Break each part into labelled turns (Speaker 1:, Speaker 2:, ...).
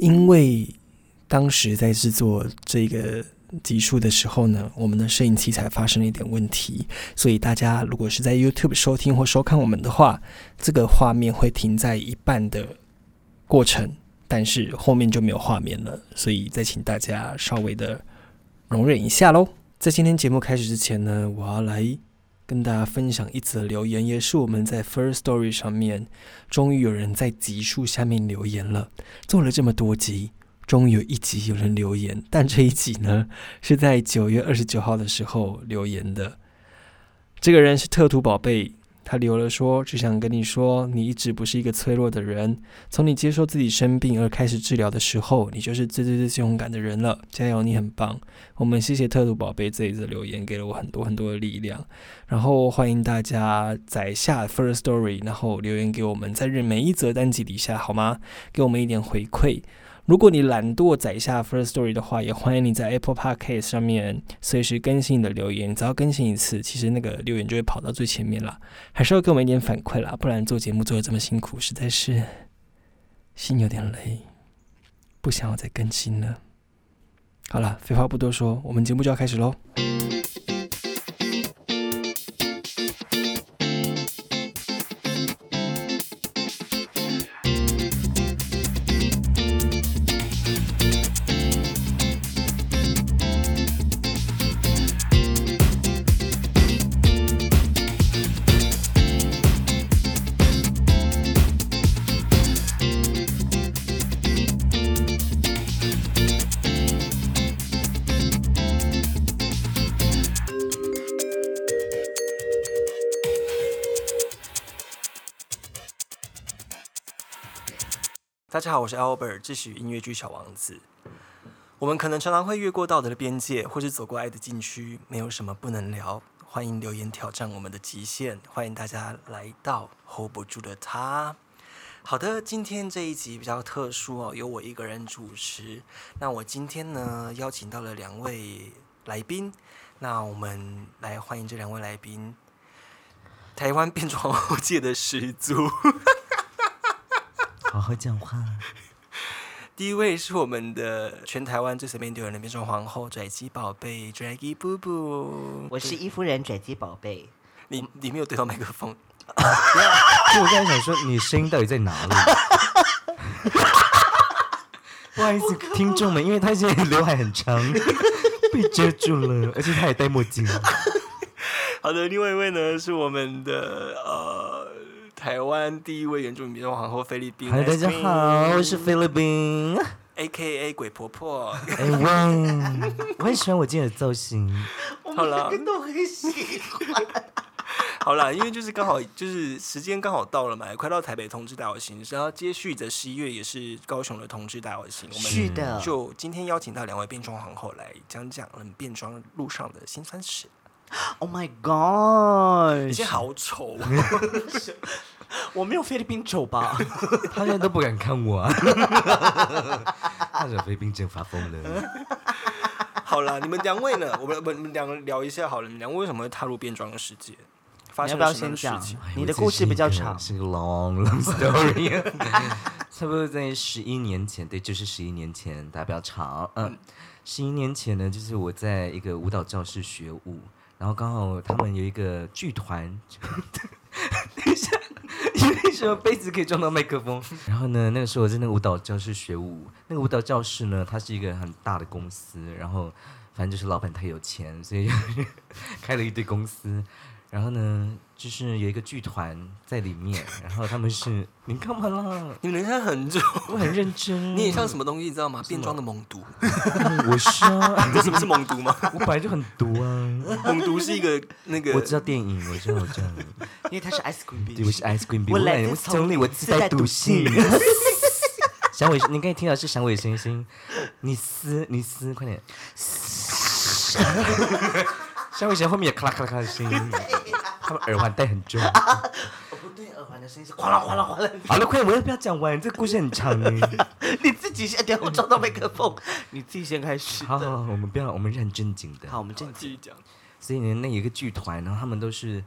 Speaker 1: 因为当时在制作这个集数的时候呢，我们的摄影器材发生了一点问题，所以大家如果是在 YouTube 收听或收看我们的话，这个画面会停在一半的过程，但是后面就没有画面了，所以再请大家稍微的容忍一下喽。在今天节目开始之前呢，我要来跟大家分享一则留言，也是我们在 First Story 上面，终于有人在集数下面留言了。做了这么多集，终于有一集有人留言，但这一集呢是在九月二十九号的时候留言的。这个人是特图宝贝，他留了说：“只想跟你说，你一直不是一个脆弱的人。从你接受自己生病而开始治疗的时候，你就是最最最最勇敢的人了。加油，你很棒！我们谢谢特图宝贝这一次留言，给了我很多很多的力量。然后欢迎大家载下 First Story，然后留言给我们，在每一则单集底下好吗？给我们一点回馈。如果你懒惰载下 First Story 的话，也欢迎你在 Apple Podcast 上面随时更新你的留言。只要更新一次，其实那个留言就会跑到最前面啦。还是要给我们一点反馈啦，不然做节目做的这么辛苦，实在是心有点累，不想要再更新了。好了，废话不多说，我们节目就要开始喽。大家好，我是 Albert，这是音乐剧《小王子》。我们可能常常会越过道德的边界，或是走过爱的禁区，没有什么不能聊。欢迎留言挑战我们的极限，欢迎大家来到 Hold 不住的他。好的，今天这一集比较特殊哦，由我一个人主持。那我今天呢，邀请到了两位来宾，那我们来欢迎这两位来宾，台湾变装后界的始祖。
Speaker 2: 好好讲话。
Speaker 3: 啊
Speaker 1: 第一位是我们的全台湾最随便丢人的变装皇后拽鸡宝贝 Draggy 布布，
Speaker 2: 我是伊夫人拽鸡宝贝，
Speaker 1: 你你没有对到麦克风，
Speaker 3: 就我刚才想说，你声音到底在哪 里？不好意思，听众们，因为他现在刘海很长， 被遮住了，而且他也戴墨镜。
Speaker 1: 好的，另外一位呢是我们的呃台湾第一位原住民变装皇后菲律宾，
Speaker 3: 嗨，大家好，我是菲律 宾。
Speaker 1: A K A 鬼婆婆。
Speaker 3: 哎喂，我很喜欢我今天的造型，
Speaker 2: 我
Speaker 1: 好了
Speaker 2: 都很喜欢。
Speaker 1: 好啦，因为就是刚好就是时间刚好到了嘛，也快到台北同志大游行，然后接续着十一月也是高雄的同志大游行，我们
Speaker 2: 是的，
Speaker 1: 就今天邀请到两位变装皇后来讲讲嗯变装路上的辛酸史。
Speaker 2: Oh my
Speaker 1: 你现
Speaker 2: God，
Speaker 1: 在好丑，
Speaker 2: 我没有菲律宾丑吧？
Speaker 3: 他现在都不敢看我 啊。他惹菲律宾真发疯了。
Speaker 1: 好了，你们两位呢？ 我们我们两个聊一下好了，你们两位为什么会踏入变装的世界？发
Speaker 2: 你要
Speaker 1: 生
Speaker 2: 不要
Speaker 1: 了什么
Speaker 2: 先
Speaker 1: 样的事
Speaker 2: 讲
Speaker 3: 哎
Speaker 1: 情？？
Speaker 2: 你的故事比较 长。
Speaker 3: 是个 long long story，差不多在十一年前，对，就是十一年前，大家不要吵。嗯，十一年前呢，就是我在一个舞蹈教室学舞，然后刚好他们有一个剧团， 等一下，你为什么杯子可以撞到麦 克风？然后呢，那个时候我在那个舞蹈教室学舞，那个舞蹈教室呢，它是一个很大的公司，然后反正就是老板太有钱，所以 开了一堆公司。然后呢，就是有一个剧团在里面，然后他们是你干嘛啦？
Speaker 1: 你们现在很 丑，
Speaker 3: 我很认真。
Speaker 1: 你也像什么东西，你知道吗？变装的猛毒，
Speaker 3: 嗯我是啊，
Speaker 1: 你 知道什么是猛毒 吗？
Speaker 3: 我本来就很毒啊。
Speaker 1: 猛毒是一个那个
Speaker 3: 我知道电影，我知道，我知道。
Speaker 2: 因为他是 ice cream
Speaker 3: 对，我是
Speaker 2: bitch。
Speaker 3: ice cream，
Speaker 2: 我
Speaker 3: 我
Speaker 2: 来
Speaker 3: 来，我
Speaker 2: 自丛
Speaker 3: 从里我自带毒性。 响尾，你刚才听到是响尾的声音，你撕，你撕，快点！响尾蛇后面也咔啦咔啦咔啦的声音，他们耳环戴很重。
Speaker 2: 哦不对，耳环的声音是 哗啦哗啦哗啦。
Speaker 3: 好了，快点，我要不要讲完？这故事很长欸呢。
Speaker 2: 你自己先，等一下我撞到麦克风，你自己先开始。
Speaker 3: 好好，好，我们不要，我们是很正经的。
Speaker 2: 好，我们正
Speaker 1: 继
Speaker 2: 经。
Speaker 1: 续讲，
Speaker 3: 所以呢，那有一个剧团，然后他们都是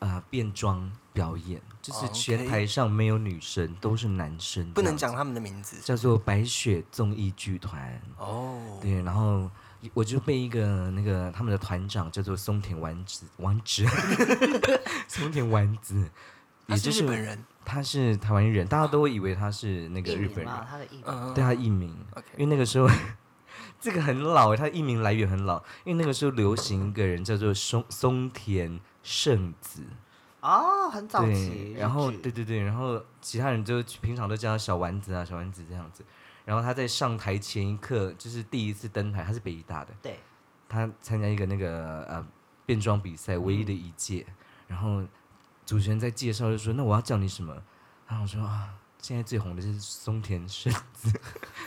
Speaker 3: 呃变装表演，就是全台上没有女生，都是男生，
Speaker 1: 哦不能讲，他们的名字
Speaker 3: 叫做白雪综艺剧团。
Speaker 1: 哦。
Speaker 3: 对，然后我就被一个那个他们的团长叫做松田丸子，丸子， 松田丸子，
Speaker 1: 他
Speaker 3: 也
Speaker 1: 是
Speaker 3: 就
Speaker 1: 日
Speaker 3: 是
Speaker 1: 本人，
Speaker 3: 他是台湾人，大家都会以为他是那个
Speaker 2: 艺
Speaker 3: 日
Speaker 2: 名
Speaker 3: 本人
Speaker 2: 嘛，，他的艺名。
Speaker 1: 嗯，
Speaker 3: 对他艺名，
Speaker 1: OK
Speaker 3: 因为那个时候 这个很老，他艺名来源很老，因为那个时候流行一个人叫做松松田圣子，
Speaker 2: 哦，很早期
Speaker 3: 对，。然后
Speaker 2: 日剧
Speaker 3: 对对对，然后其他人就平常都叫他小丸子啊，小丸子这样子。然后他在上台前一刻，就是第一次登台，他是北医大的，
Speaker 2: 对，
Speaker 3: 他参加一个那个呃变装比赛，唯一的一届。然后主持人在介绍就说：“那我要叫你什么？”然后我说：“啊，现在最红的是松田圣子。”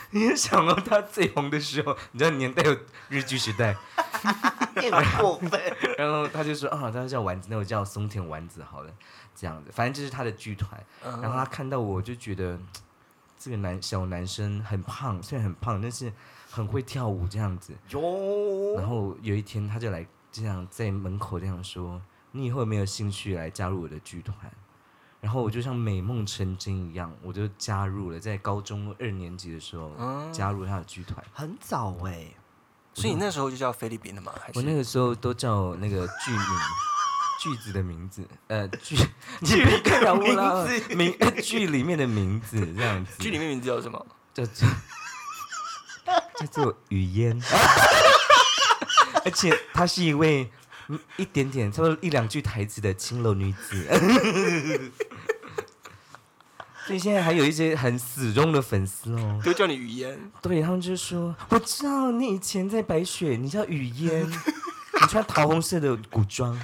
Speaker 3: 你也想到他最红的时候，你知道年代有日剧时代，
Speaker 2: 你很过分。
Speaker 3: 然后他就说：“啊，他叫丸子，那我叫松田丸子好了。”这样子，反正就是他的剧团。
Speaker 1: 嗯
Speaker 3: 然后他看到我就觉得，这个男小男生很胖，虽然很胖，但是很会跳舞这样子。然
Speaker 2: 哟，
Speaker 3: 后有一天他就来这样在门口这样说：“你以后有没有兴趣来加入我的剧团？”然后我就像美梦成真一样，我就加入了，在高中二年级的时候、
Speaker 1: 嗯
Speaker 3: 加入他的剧团。
Speaker 2: 很早哎，
Speaker 1: 所以你那时候就叫菲律宾的嘛？还
Speaker 3: 我那
Speaker 1: 是
Speaker 3: 个时候都叫那个剧名句子的名字，呃，剧
Speaker 2: 剧里的
Speaker 3: 了不啦
Speaker 2: 名字
Speaker 3: 名呃剧里面的名字这样子，
Speaker 1: 剧里面名字叫什么？
Speaker 3: 叫做叫做雨嫣， 而且她是一位嗯一点点差不多一两句台词的青楼女子。 所以现在还有一些很死忠的粉丝哦，
Speaker 1: 都叫你语 言，
Speaker 3: 对他们就说：“我知道你以前在白雪，你叫雨 嫣，你穿桃红色的古装。”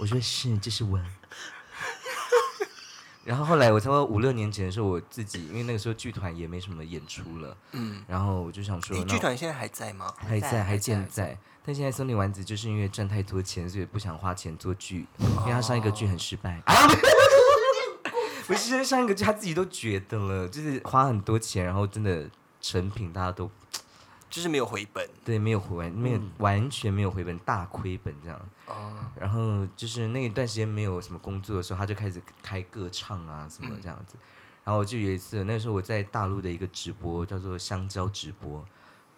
Speaker 3: 我说：“是，这是我。”然后后来我差不多五六年前的时候，我自己因为那个时候剧团也没什么演出了，
Speaker 1: 嗯，
Speaker 3: 然后我就想说，
Speaker 1: 你
Speaker 3: 那
Speaker 1: 剧团现在还在吗？
Speaker 2: 还
Speaker 3: 还在嗯
Speaker 2: 在
Speaker 3: 还
Speaker 2: 还
Speaker 3: 健在，但现在松林丸子就是因为赚太多钱，所以不想花钱做剧，因为他上一个剧很失败。 不是上一个剧他自己都觉得了，就是花很多钱，然后真的成品大家都
Speaker 1: 就是没有回本
Speaker 3: 对没有回完，没有、完全没有回本，大亏本这样。
Speaker 1: 哦，
Speaker 3: 然后就是那一段时间没有什么工作的时候，他就开始开歌唱啊什么这样子。然后我就有一次，那时候我在大陆的一个直播叫做香蕉直播，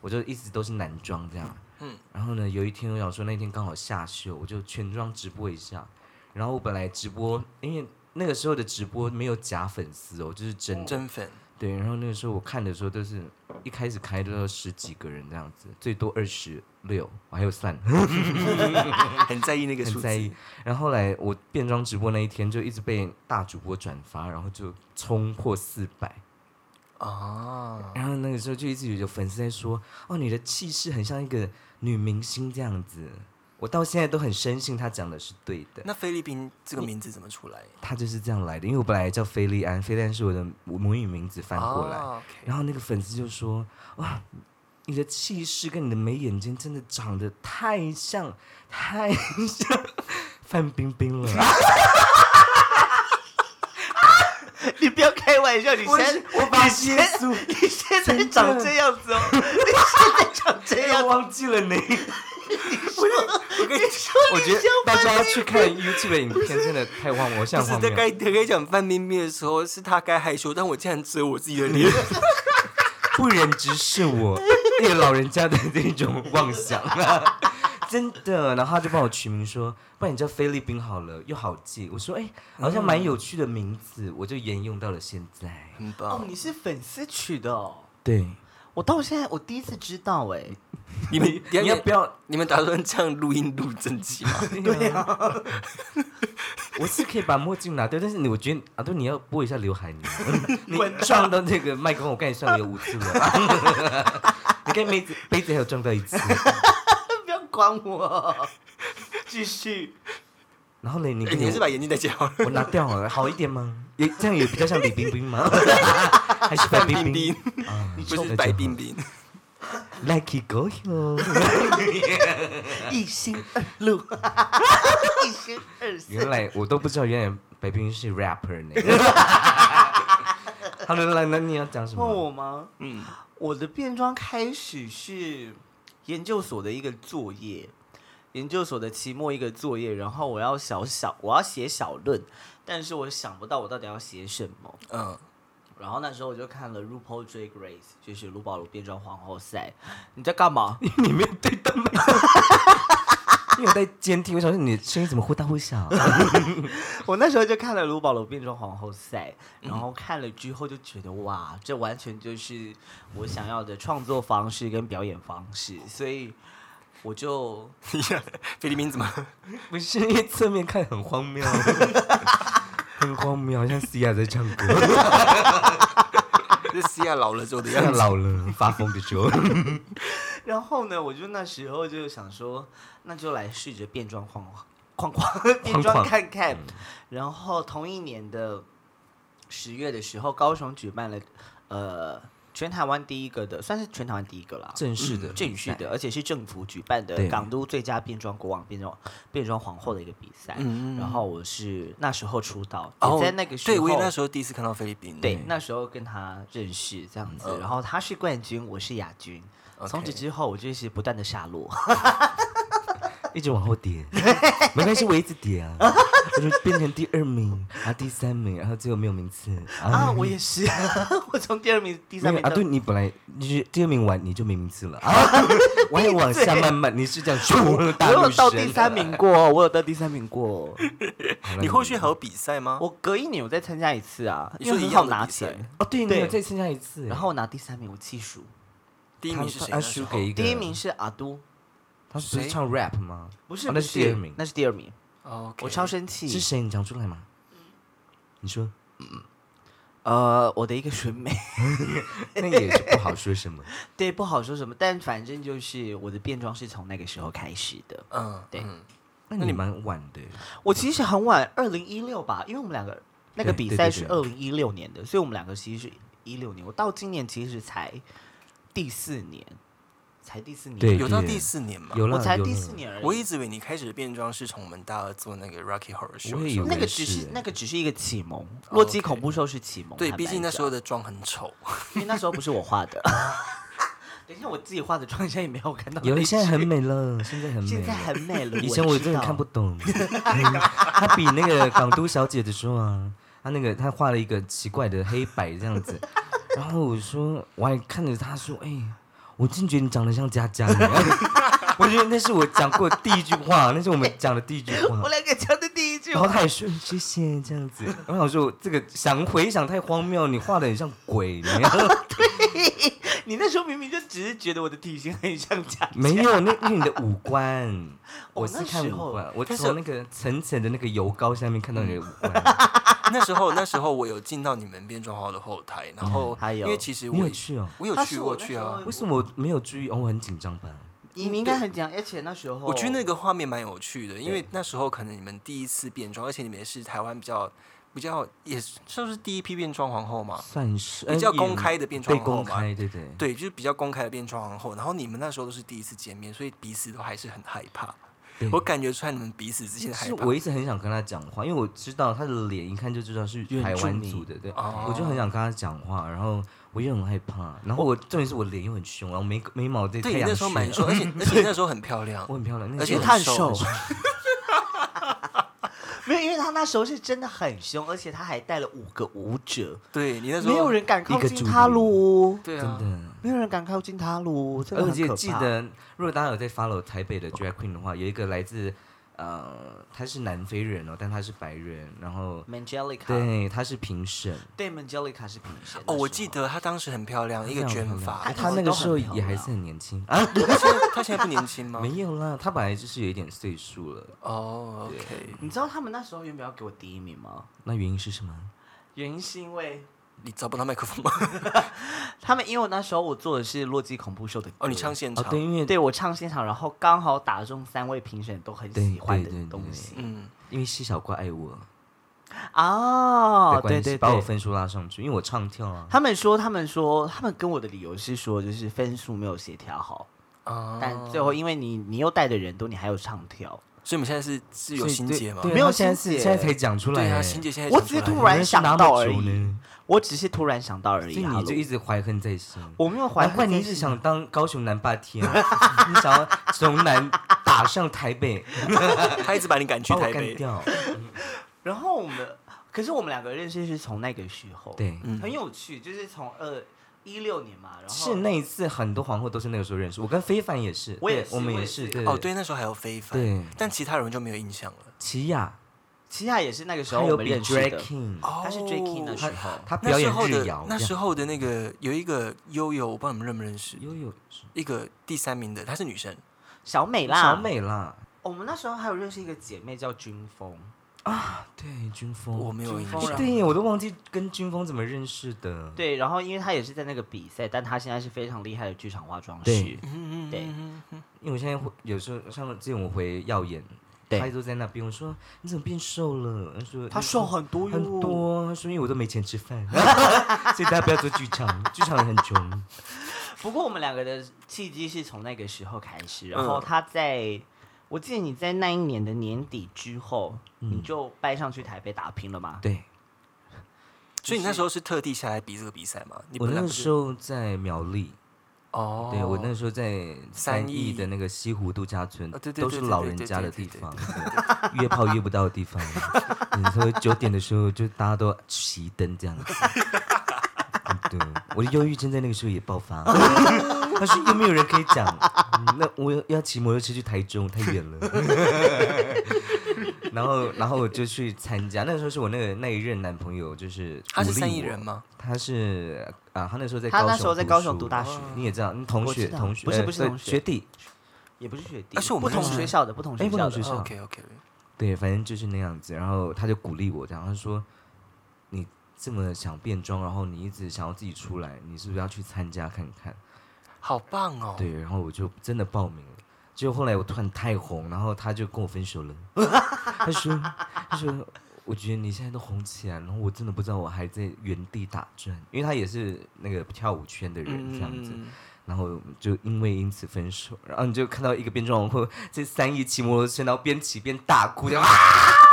Speaker 3: 我就一直都是男装这样。
Speaker 1: 嗯
Speaker 3: 嗯。然后呢，有一天我想说那天刚好下秀，我就全装直播一下。然后我本来直播，因为那个时候的直播没有假粉丝哦，就是真的。
Speaker 1: 真粉
Speaker 3: 对，然后那个时候我看的时候都是一开始开都要十几个人这样子，最多二十六，我还有算。
Speaker 1: 很在意那个数
Speaker 3: 很
Speaker 1: 字
Speaker 3: 在意。然后后来我变装直播那一天就一直被大主播转发，然后就冲破四百。
Speaker 1: 哦，
Speaker 3: 然后那个时候就一直有粉丝在说：“哦，你的气势很像一个女明星这样子。”我到现在都很深信他讲的是对的，
Speaker 1: 那菲律宾这个名字怎么出来？
Speaker 3: 他就是这样来的。因为我本来叫菲利安，菲利安是我的母语名字翻过来。
Speaker 1: 哦，OK
Speaker 3: 然后那个粉丝就说：“哇，你的气势跟你的眉眼间真的长得太像，太像范冰冰了。”
Speaker 2: 你不要开玩笑，你
Speaker 3: 我
Speaker 2: 现
Speaker 3: 我把耶稣，
Speaker 2: 你现在长这样子哦，你现在长这样
Speaker 4: 哎
Speaker 3: 我
Speaker 2: 子，
Speaker 3: 忘记了你。
Speaker 1: 我跟你说，
Speaker 3: 我觉得大家要去看 YouTube 的影片，真的太荒谬，像
Speaker 1: 不是
Speaker 3: 荒
Speaker 1: 在
Speaker 3: 谬。
Speaker 1: 该在该讲范冰冰的时候，是他该害羞，但我竟然遮我自己的 脸。
Speaker 3: 不忍直视 我那个老人家的那种妄想啊，真的。然后他就帮我取名说，不然你叫菲律宾好了，又好记。我说，哎、好像蛮有趣的名字，我就沿用到了现在。
Speaker 1: 很
Speaker 2: 哦
Speaker 1: 棒，，
Speaker 2: 你是粉丝取的哦。
Speaker 3: 对，
Speaker 2: 我到现在我第一次知道哎、
Speaker 1: 你们
Speaker 3: 你要不要？
Speaker 1: 你们打算这样录音录整集吗？
Speaker 3: 对啊，我是可以把墨镜拿掉，但是你我觉得阿杜你要拨一下刘海，你你撞到那个麦克风，我刚才撞了有五次了， 你跟杯子杯子还有撞到一次，
Speaker 2: 不要管我，继续。
Speaker 3: 然后呢， 你
Speaker 1: 哎 你还是把眼镜戴起来好了。
Speaker 3: 我拿掉了，好一点吗？也这样也比较像李冰 冰吗？还是白冰
Speaker 1: 冰
Speaker 3: 冰
Speaker 1: 冰？
Speaker 3: 啊，
Speaker 1: 不是白冰冰，
Speaker 3: ，Lucky Go Hill。
Speaker 2: 一心二 路，一心二色。
Speaker 3: 原来我都不知道，原来白冰冰是 rapper 呢。 好了，来，那你要讲什
Speaker 2: 问
Speaker 3: 么？
Speaker 2: 我吗？
Speaker 1: 嗯，
Speaker 2: 我的变装开始是研究所的一个作业，
Speaker 4: 研究所的期末一个作业，然后我要小小我要写小论，但是我想不到我到底要写什么。
Speaker 1: 嗯，
Speaker 4: 然后那时候我就看了《RuPaul Drag Race》，就是卢保罗变装皇后赛。你在干嘛？
Speaker 3: 你没有对灯吗？因为我在监听，我想说你的声音怎么忽大忽小、
Speaker 4: 我那时候就看了卢保罗变成皇后赛，然后看了之后就觉得哇，这完全就是我想要的创作方式跟表演方式，所以我就
Speaker 1: 菲律宾怎么？
Speaker 3: 不是，因为侧面看很荒谬，很荒谬，好像西亚在唱歌，
Speaker 1: 这西亚老了之后的
Speaker 3: 像
Speaker 1: 样子。
Speaker 3: 老了发疯的时候。
Speaker 4: 然后呢，我就那时候就想说，那就来试着变装框框框 变
Speaker 3: 框
Speaker 4: 装
Speaker 3: 框嗯
Speaker 4: 看看。然后同一年的十月的时候，高雄举办了呃全台湾第一个的，算是全台湾第一个啦，嗯
Speaker 3: 正式的
Speaker 4: 正式的，而且是政府举办的
Speaker 3: 对
Speaker 4: 港都最佳变装国王、变装变装皇后的一个比
Speaker 3: 嗯
Speaker 4: 赛。然后我是那时候出道，
Speaker 3: 哦
Speaker 4: 也哦在那个时候，
Speaker 1: 哦对，我也那时候第一次看到菲律宾。
Speaker 3: 嗯
Speaker 4: 对，那时候跟他认识这样
Speaker 3: 哦
Speaker 4: 子，然后他是冠军，我是亚军。从此
Speaker 1: OK
Speaker 4: 之后，我就是不断的下落。
Speaker 3: 啊一直往后跌，没关系，我一直跌啊，我就变成第二名，然后第三名，然后最后没有名次
Speaker 4: 啊，我也是， 我从第二名、第三
Speaker 3: 没
Speaker 4: 名
Speaker 3: 有啊，
Speaker 4: 到
Speaker 3: 对你本来就是第二名完你就没名次了啊，我还往下慢慢，你是这样说，大
Speaker 4: 我有
Speaker 3: 陆
Speaker 4: 到
Speaker 3: 神
Speaker 4: 第三，名过，我有到第三 名过。
Speaker 3: 好了
Speaker 1: 你后续还有比赛吗？
Speaker 4: 我隔一年我再参加一次啊，
Speaker 1: 你
Speaker 4: 因
Speaker 1: 说
Speaker 4: 为很
Speaker 1: 一
Speaker 4: 好
Speaker 1: 样的
Speaker 4: 拿
Speaker 1: 比赛
Speaker 4: 钱。
Speaker 3: 哦，对，你
Speaker 4: 对
Speaker 3: 有再参加一次，
Speaker 4: 然后我拿第三名，我气数。
Speaker 1: 第一
Speaker 3: 他
Speaker 1: 名是谁
Speaker 3: 他
Speaker 1: 那时
Speaker 3: 输
Speaker 1: 候？
Speaker 3: 给一个，
Speaker 4: 第一名是阿都，
Speaker 3: 他不是
Speaker 1: 谁
Speaker 3: 唱 rap 吗？
Speaker 4: 不是，
Speaker 3: 哦
Speaker 4: 不
Speaker 3: 那是第二名，
Speaker 4: 那是第二名。
Speaker 1: 哦，OK，
Speaker 4: 我超生气。
Speaker 3: 是谁？你讲出来吗？
Speaker 4: 嗯
Speaker 3: 你说，
Speaker 4: 呃，我的一个学妹，
Speaker 3: 那也是不好说什么。
Speaker 4: 对，不好说什么，但反正就是我的变装是从那个时候开始的。
Speaker 1: 嗯，
Speaker 4: 对
Speaker 1: 嗯
Speaker 3: 那你蛮晚的，
Speaker 4: 我其实很晚，二零一六吧，因为我们两个那个
Speaker 3: 对
Speaker 4: 比
Speaker 3: 对对
Speaker 4: 赛是二
Speaker 3: 对
Speaker 4: 零一六年的，所以我们两个其实是一六年。我到今年其实才第四年，才第四年，
Speaker 3: 对
Speaker 1: 有到第四年吗？
Speaker 3: 有了，
Speaker 4: 我才
Speaker 3: 有
Speaker 4: 第
Speaker 3: 了
Speaker 4: 四年而已。
Speaker 1: 我一直以为你开始变装是从我们大二做那个 Rocky Horror
Speaker 3: 我也以
Speaker 1: Show 的时
Speaker 3: 为
Speaker 4: 那
Speaker 1: 候。
Speaker 4: 个只
Speaker 3: 是
Speaker 4: 是那个只是一个启蒙，《
Speaker 1: 哦
Speaker 4: 洛基
Speaker 1: OK
Speaker 4: 恐怖兽》是
Speaker 3: 哦
Speaker 4: 启蒙。
Speaker 1: 对，
Speaker 4: 坦
Speaker 1: 毕竟
Speaker 4: 白
Speaker 1: 那时候
Speaker 4: 讲，
Speaker 1: 的妆很丑。
Speaker 4: 因为那时候不是我画的。 等一下，我自己画的妆现在也没有看到那一句。
Speaker 3: 有了，现在很美了，现在很美
Speaker 4: 现
Speaker 3: 了。
Speaker 4: 在很美了。
Speaker 3: 以前我真的看不
Speaker 4: 懂。
Speaker 3: 懂， 他比那个港都小姐的时候啊，他那个他画了一个奇怪的黑白这样 子，然后我说我还看着他说，哎、我真觉得你长得像佳佳呢， 我觉得那是我讲过的第一句话，那是我们讲的第一句话
Speaker 4: 我。两个讲的第一句
Speaker 3: 然后
Speaker 4: 话，
Speaker 3: 他也说谢谢这样子，我想说这个想回想太荒谬，你画的很像鬼，你
Speaker 4: 你那时候明明就只是觉得我的体型很像假。
Speaker 3: 没有，那那是你的五 官，
Speaker 4: 哦
Speaker 3: 我是
Speaker 4: 那
Speaker 3: 看
Speaker 4: 时候
Speaker 3: 五官，我
Speaker 1: 但是
Speaker 3: 从那个层层的那个油膏下面看到你的五官。
Speaker 1: 那时候，那时候我有进到你们变装号的后台，然后
Speaker 4: 还有
Speaker 1: 因为其实
Speaker 3: 你
Speaker 1: 我
Speaker 3: 哎有去哦？
Speaker 1: 我有
Speaker 4: 他
Speaker 1: 去，
Speaker 4: 是
Speaker 1: 我
Speaker 4: 我那
Speaker 1: 去
Speaker 4: 时候
Speaker 1: 啊
Speaker 4: 有。
Speaker 3: 为什么我没有注意？哦，我很紧张吧？
Speaker 4: 你应该很讲，而且那时候
Speaker 1: 我觉得那个画面蛮有趣的，因为那时候可能你们第一次变装，而且你们也是台湾比较比较也是算是第一批变装皇后嘛，
Speaker 3: 算是
Speaker 1: 比较公开的变装
Speaker 3: 对
Speaker 1: 皇后
Speaker 3: 公
Speaker 1: 嘛。
Speaker 3: 开，对对。
Speaker 1: 对，就是比较公开的变装皇后，然后你们那时候都是第一次见面，所以彼此都还是很害怕。
Speaker 3: 对
Speaker 1: 我感觉出来你们彼此之间的害
Speaker 3: 是
Speaker 1: 怕
Speaker 3: 我。一直很想跟他讲话，因为我知道他的脸一看就知道是台湾族的，对，
Speaker 1: 哦
Speaker 3: 我就很想跟他讲话，然后我又很害怕，然后我重点是我脸又很凶，然后眉眉毛在
Speaker 1: 对，
Speaker 3: 太
Speaker 1: 你
Speaker 3: 阳
Speaker 1: 那时候
Speaker 3: 穴
Speaker 1: 蛮瘦，而 且而且你那时候很漂亮
Speaker 3: 我，很漂亮，那个
Speaker 1: 而且
Speaker 3: 时候
Speaker 1: 他
Speaker 4: 太
Speaker 1: 很瘦
Speaker 4: 瘦，没有，因为他那时候是真的很凶，而且他还带了五个舞者，
Speaker 1: 对你那时候
Speaker 4: 没有人敢靠
Speaker 3: 一个
Speaker 4: 近
Speaker 3: 主
Speaker 4: 他
Speaker 3: 力
Speaker 4: 喽，
Speaker 1: 对
Speaker 3: 真
Speaker 1: 啊，
Speaker 3: 的。
Speaker 4: 没有人敢靠近他 喽，真的
Speaker 3: 而
Speaker 4: 很
Speaker 3: 且
Speaker 4: 可
Speaker 3: 记
Speaker 4: 怕。
Speaker 3: 得，如果大家有在 follow 台北的 drag queen 的话，有一个来自呃，他是南非人哦，但他是白人，然后
Speaker 4: Mangelica，
Speaker 3: 对，他是评审，
Speaker 4: 对，Mangelica 是平时
Speaker 1: 哦，我记，得她当时很漂亮，一个
Speaker 3: 非常
Speaker 1: 卷
Speaker 3: 漂亮
Speaker 1: 发
Speaker 4: 她。
Speaker 3: 他那个时候也还是很年轻啊，
Speaker 1: 她现在她现在不年轻吗？
Speaker 3: 没有啦，他本来就是有一点岁数了。
Speaker 1: 哦，OK，
Speaker 4: 你知道他们那时候原本要给我第一名吗？
Speaker 3: 那原因是什么？
Speaker 4: 原因是因为
Speaker 1: 你找不到麦克风吗？
Speaker 4: 他们，因为我那时候我做的是《洛基恐怖秀》的歌
Speaker 1: 哦，你唱现
Speaker 3: 哦
Speaker 1: 场，，
Speaker 3: 对，因为
Speaker 4: 对我唱现场，然后刚好打中三位评审都很喜欢的
Speaker 3: 对对对
Speaker 4: 东
Speaker 3: 对
Speaker 4: 西
Speaker 1: 嗯，
Speaker 3: 因为西小瓜爱我
Speaker 4: 哦
Speaker 3: 的，关
Speaker 4: 对
Speaker 3: 系，
Speaker 4: 啊对
Speaker 3: 把我
Speaker 4: 对，
Speaker 3: 分数拉上去，因为我唱跳啊。
Speaker 4: 他们说，他们说，他们跟我的理由是说，就是分数没有协调好，
Speaker 1: 哦，
Speaker 4: 但最后因为你你又带的人多，你还有唱跳，
Speaker 1: 所以你们现在是是有
Speaker 3: 所以
Speaker 1: 心
Speaker 3: 对
Speaker 1: 结吗
Speaker 3: 对？啊
Speaker 4: 没有
Speaker 3: 他现在
Speaker 4: 心
Speaker 3: 是
Speaker 4: 结
Speaker 3: 现在才讲出来
Speaker 1: 对
Speaker 3: 欸，
Speaker 1: 啊，心结现在
Speaker 4: 我
Speaker 1: 讲
Speaker 4: 只是
Speaker 1: 出来
Speaker 4: 突
Speaker 1: 了
Speaker 4: 然想到而
Speaker 3: 你们是
Speaker 4: 已
Speaker 3: 哪么久呢，
Speaker 4: 我只是突然想到而
Speaker 3: 所
Speaker 4: 已。
Speaker 3: 以
Speaker 4: 哈
Speaker 3: 你
Speaker 4: 喽
Speaker 3: 就一直怀恨在心。
Speaker 4: 哦我没有怀
Speaker 3: 难怪
Speaker 4: 恨
Speaker 3: 你
Speaker 4: 在
Speaker 3: 一直
Speaker 4: 心
Speaker 3: 想当高雄南霸天，你想要从南打打上台北，
Speaker 1: 他一直把你赶去
Speaker 3: 把我
Speaker 1: 台
Speaker 3: 干
Speaker 1: 北，
Speaker 3: 掉。
Speaker 4: 然后我们，可是我们两个认识是从那个时候，
Speaker 3: 对，嗯
Speaker 4: 很有趣，就是从二一六年嘛，然后
Speaker 3: 是那一次很多皇后都是那个时候认识，我跟非凡也是，
Speaker 4: 我也
Speaker 3: 对
Speaker 4: 是
Speaker 3: 我们
Speaker 4: 我
Speaker 3: 也
Speaker 4: 也
Speaker 3: 是，
Speaker 4: 是
Speaker 3: 对
Speaker 1: 哦，，对，那时候还有非凡，
Speaker 3: 对
Speaker 1: 但其他人就没有印象了。
Speaker 3: 齐雅，
Speaker 4: 其他也是那个时
Speaker 3: 她
Speaker 4: 候
Speaker 3: 有
Speaker 4: 我们
Speaker 3: 比
Speaker 4: 认识
Speaker 3: Drag
Speaker 4: 的，
Speaker 3: King，
Speaker 1: 哦
Speaker 4: 他是 J K 那时候，
Speaker 3: 她表
Speaker 1: 那时
Speaker 3: 演
Speaker 1: 候
Speaker 3: 日
Speaker 1: 的
Speaker 3: 谣，
Speaker 1: 那时
Speaker 3: 候
Speaker 1: 候的那个有一个悠悠，我不知道你们认不认识，
Speaker 3: 悠悠
Speaker 1: 一个第三名的，她是女生，
Speaker 4: 小美啦，
Speaker 3: 小，美啦，
Speaker 4: 我们那时候还有认识一个姐妹叫君峰，
Speaker 3: 对，军
Speaker 1: 我
Speaker 3: 峰，哎
Speaker 1: 没有印
Speaker 4: 风
Speaker 1: 象。
Speaker 3: 对耶，我都忘记跟军峰怎么认识的。
Speaker 4: 对，然后因为她也是在那个比赛，但她现在是非常厉害的剧场化妆师
Speaker 3: 对，
Speaker 1: 嗯嗯嗯
Speaker 4: 对
Speaker 1: 嗯嗯
Speaker 3: 因为我现在会有时候像之前我回耀眼，
Speaker 4: 对
Speaker 3: 他都在那边，我说你怎么变瘦了？他说
Speaker 4: 她瘦很多哟，
Speaker 3: 很，多，他说因为我都没钱 吃饭，所以大家不要做剧场，剧场很穷。
Speaker 4: 不过我们两个的契机是从那个时候开始，然
Speaker 3: 嗯
Speaker 4: 后他在，我记得你在那一年的年底之后，
Speaker 3: 嗯
Speaker 4: 你就搬上去台北打拼了嘛？
Speaker 3: 对
Speaker 1: 所以你那时候是特地下来比这个比赛吗？你
Speaker 3: 我
Speaker 1: 本来
Speaker 3: 那
Speaker 1: 不
Speaker 3: 个
Speaker 1: 是
Speaker 3: 时候在苗栗，
Speaker 1: 哦，
Speaker 3: 对我那时候在
Speaker 1: 三
Speaker 3: 三
Speaker 1: 义
Speaker 3: 义的那个西湖度假村
Speaker 1: 哦对，对
Speaker 3: 都
Speaker 1: 对
Speaker 3: 是
Speaker 1: 对
Speaker 3: 老
Speaker 1: 对
Speaker 3: 人
Speaker 1: 对
Speaker 3: 家
Speaker 1: 对
Speaker 3: 的
Speaker 1: 对
Speaker 3: 地
Speaker 1: 对
Speaker 3: 方，对约炮约不到的地方。嗯，差不多九点的时候就大家都熄灯这样子。 对，我的忧郁症在那个时候也爆发， 但是又没有人可以讲，嗯那我要骑摩托车去台中，太远了。 然后，然后我就去参加，那时候是我那个那一任男朋友，就是
Speaker 1: 他是
Speaker 3: 鼓励
Speaker 1: 三亿
Speaker 3: 我
Speaker 1: 人吗？
Speaker 3: 他是啊，他那时候在
Speaker 4: 他那时候在高
Speaker 3: 雄
Speaker 4: 雄读大学
Speaker 3: 你也知道，嗯同
Speaker 4: 我
Speaker 3: 学
Speaker 4: 知道
Speaker 3: 同学
Speaker 4: 哦不是
Speaker 3: 呃
Speaker 4: 不是
Speaker 3: 对
Speaker 4: 同学
Speaker 3: 学弟，
Speaker 4: 也不是学弟，
Speaker 1: 啊是我们
Speaker 4: 不同
Speaker 1: 认识的
Speaker 4: 学校的，不同
Speaker 3: 哎
Speaker 4: 学
Speaker 3: 不
Speaker 4: 校
Speaker 3: 同
Speaker 4: 的
Speaker 3: 学。校
Speaker 1: OK OK，
Speaker 3: 对，反正就是那样子。然后他就鼓励我，然后他说：“你这么想变装，然后你一直想要自己出来，你是不是要去参加看看
Speaker 1: 好棒？”哦！
Speaker 3: 对，然后我就真的报名了。结果后来我突然太红，然后他就跟我分 手了。他说：“他说，我觉得你现在都红起来，然后我真的不知道我还在原地打转，因为他也是那个跳舞圈的人，这样子。
Speaker 1: 嗯，
Speaker 3: 然后就因为因此分手，然后你就看到一个变装皇后在三义骑摩托车，然后边骑边大哭，这样啊 这样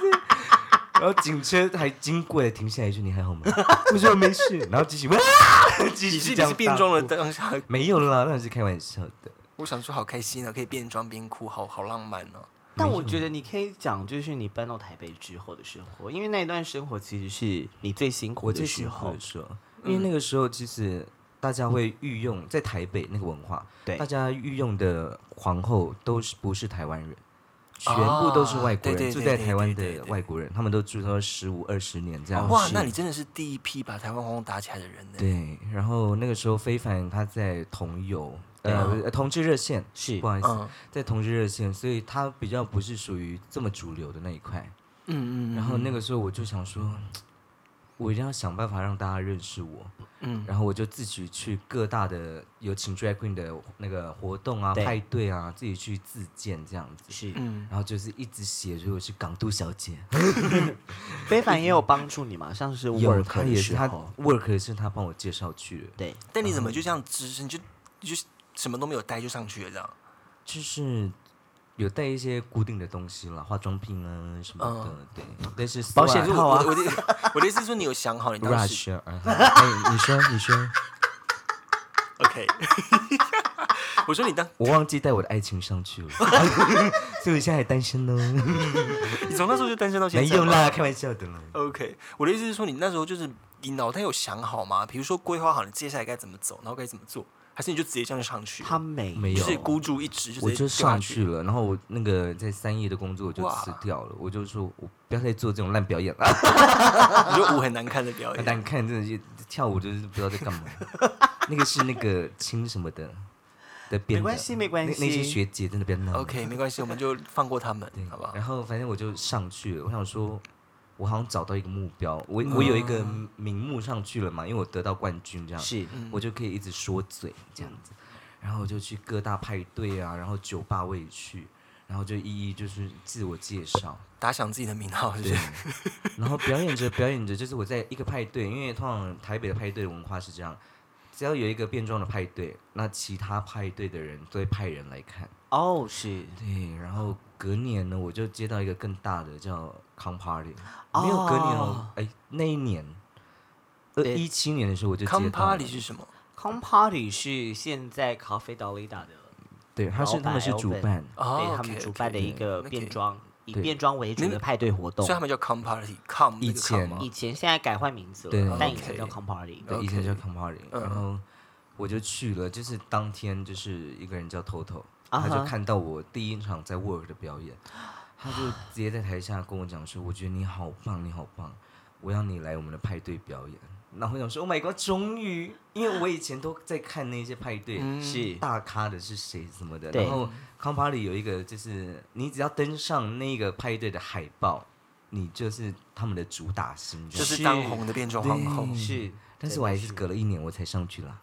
Speaker 3: 子，然后警车还经过了，停下来说你还好吗？ 我说没事，然后继续哇，继
Speaker 1: 你是
Speaker 3: 续
Speaker 1: 你
Speaker 3: 这样
Speaker 1: 是变装
Speaker 3: 大
Speaker 1: 了
Speaker 3: 哭，
Speaker 1: 当下，
Speaker 3: 没有啦，那是开玩笑的。
Speaker 1: 我想说好开心啊，可以变装边哭，好好浪漫哦。
Speaker 4: 但我觉得你可以讲，就是你搬到台北之后的生活，因为那一段生活其实是你最辛苦
Speaker 3: 我
Speaker 4: 的
Speaker 3: 最
Speaker 4: 时
Speaker 3: 喜欢
Speaker 4: 候
Speaker 3: 的。时候，嗯因为那个时候其实大家会御用在台北那个文化，
Speaker 4: 对
Speaker 3: 大家御用的皇后都是不是台湾人，全部都是外国
Speaker 1: 哦对对对
Speaker 3: 人，住在台湾
Speaker 1: 对对对
Speaker 3: 的
Speaker 1: 对哦
Speaker 3: 外国人，他们都住到十五二十年这样子。
Speaker 1: 哇，那你真的是第一批把台湾皇后打起来的人呢。
Speaker 3: 哦对，然后那个时候非凡他在同友。呃，同志热线
Speaker 4: 是
Speaker 3: 不好意思，
Speaker 1: 嗯
Speaker 3: 在同志热线，所以他比较不是属于这么主流的那一块。
Speaker 1: 嗯嗯，
Speaker 3: 然后那个时候我就想说，我一定要想办法让大家认识我。
Speaker 1: 嗯
Speaker 3: 然后我就自己去各大的有请 drag queen 的那个活动啊、
Speaker 4: 对
Speaker 3: 派对啊，自己去自荐这样子。
Speaker 4: 是，
Speaker 1: 嗯，
Speaker 3: 然后就是一直写，如果是港都小姐，
Speaker 4: 非凡也有帮助你嘛，像是
Speaker 3: 有
Speaker 4: work
Speaker 3: 他
Speaker 4: 的
Speaker 3: 也是
Speaker 4: 时
Speaker 3: 他
Speaker 4: 候，
Speaker 3: work 也是他帮我介绍去的，
Speaker 4: 对，
Speaker 1: 但你怎么
Speaker 3: 嗯
Speaker 1: 就这样只身就就什么都没有带就上去了这样？
Speaker 3: 就是有带一些固定的东西啦，化妆品啊什么的，对，但是丝
Speaker 4: 嗯保险
Speaker 3: 袜
Speaker 4: 套啊
Speaker 1: 我我的我的意思是说，你有想好你当时
Speaker 3: ，rush，啊哎， 你说你说，
Speaker 1: OK？我说你当
Speaker 3: 我忘记带我的爱情上去了，所以我现在还单身呢，
Speaker 1: 你从那时候就单身到现
Speaker 3: 没
Speaker 1: 在吗
Speaker 3: 有啦，开玩笑的啦。
Speaker 1: OK，我的意思是说，你那时候就是你脑袋有想好吗？比如说规划好你接下来该怎么走，然后该怎么做，还是你就直接这样上去？
Speaker 4: 他没
Speaker 3: 没
Speaker 1: 就
Speaker 3: 有
Speaker 1: 是孤注一掷，就
Speaker 3: 我
Speaker 1: 直接
Speaker 3: 就
Speaker 1: 丢下
Speaker 3: 上去了，然后我那个在三叶的工作我就
Speaker 1: 哇
Speaker 3: 辞掉了，我就说我不要再做这种烂表演了，
Speaker 1: 你就舞很难看的表
Speaker 3: 难
Speaker 1: 演。
Speaker 3: 看，真的是跳舞就是不知道在干嘛。那个是那个青什么的的编的，
Speaker 4: 没关系，没关
Speaker 3: 那
Speaker 4: 系，
Speaker 3: 那些学姐真的不要闹了。
Speaker 1: OK，没关系，我们就放过他们
Speaker 3: 对，
Speaker 1: 好不好？
Speaker 3: 嗯然后反正我就上去了，我想说，我好像找到一个目标，
Speaker 1: 嗯
Speaker 3: 我我有一个名目上去了嘛，因为我得到冠军这样，
Speaker 4: 是
Speaker 1: 嗯
Speaker 3: 我就可以一直说嘴这样子，然后我就去各大派对啊，然后酒吧我也去，然后就一一就是自我介绍，嗯
Speaker 1: 打响自己的名号，是不是？
Speaker 3: 然后表演着表演着，就是我在一个派对，因为通常台北的派对文化是这样，只要有一个变装的派对，那其他派对的人都会派人来看。
Speaker 4: 哦，是
Speaker 3: 对，然后隔年呢，我就接到一个更大的叫 Con Party，没有隔年哦
Speaker 4: 哦，
Speaker 3: 哎，那一年，呃，
Speaker 4: 对
Speaker 3: 一七年的时候我就接
Speaker 1: Come
Speaker 3: 到了
Speaker 1: party 是什么？
Speaker 4: Com Party 是现在咖啡 d o l i d a 的
Speaker 3: 对，他是他们是主办，
Speaker 4: 对、
Speaker 5: 哦，
Speaker 4: 他们主办的一个
Speaker 5: OK，OK，
Speaker 4: 变装以
Speaker 3: 对
Speaker 4: 变装为主
Speaker 5: 你
Speaker 4: 的派对活动
Speaker 5: 所以，他们叫 com party，com
Speaker 3: 以
Speaker 5: 那个 com
Speaker 3: 前
Speaker 5: 吗
Speaker 4: 以前现在改换名字
Speaker 3: 对
Speaker 4: 了，但以前
Speaker 5: OK
Speaker 4: 叫 Com Party。
Speaker 3: 对，以前叫 Campari，
Speaker 5: 嗯
Speaker 3: 然后我就去了，就是当天就是一个人叫 Toto，
Speaker 4: 啊哈
Speaker 3: 他就看到我第一场在 Work 的表演，他 就直接在台下跟我讲说：“我觉得你好棒，你好棒，我要你来我们的派对表演。”然后我想说：“Oh my god，终于！因为我以前都在看那些派对，
Speaker 4: 是
Speaker 3: 大咖的是谁什么的。
Speaker 4: 嗯对
Speaker 3: 然后康巴里有一个，就是你只要登上那个派对的海报，你就是他们的主打星，这
Speaker 5: 就
Speaker 3: 样
Speaker 5: 是当红的变
Speaker 4: 哦
Speaker 5: 装皇后，
Speaker 3: 对
Speaker 4: 是，
Speaker 3: 但是我还是隔了一年我才上去了，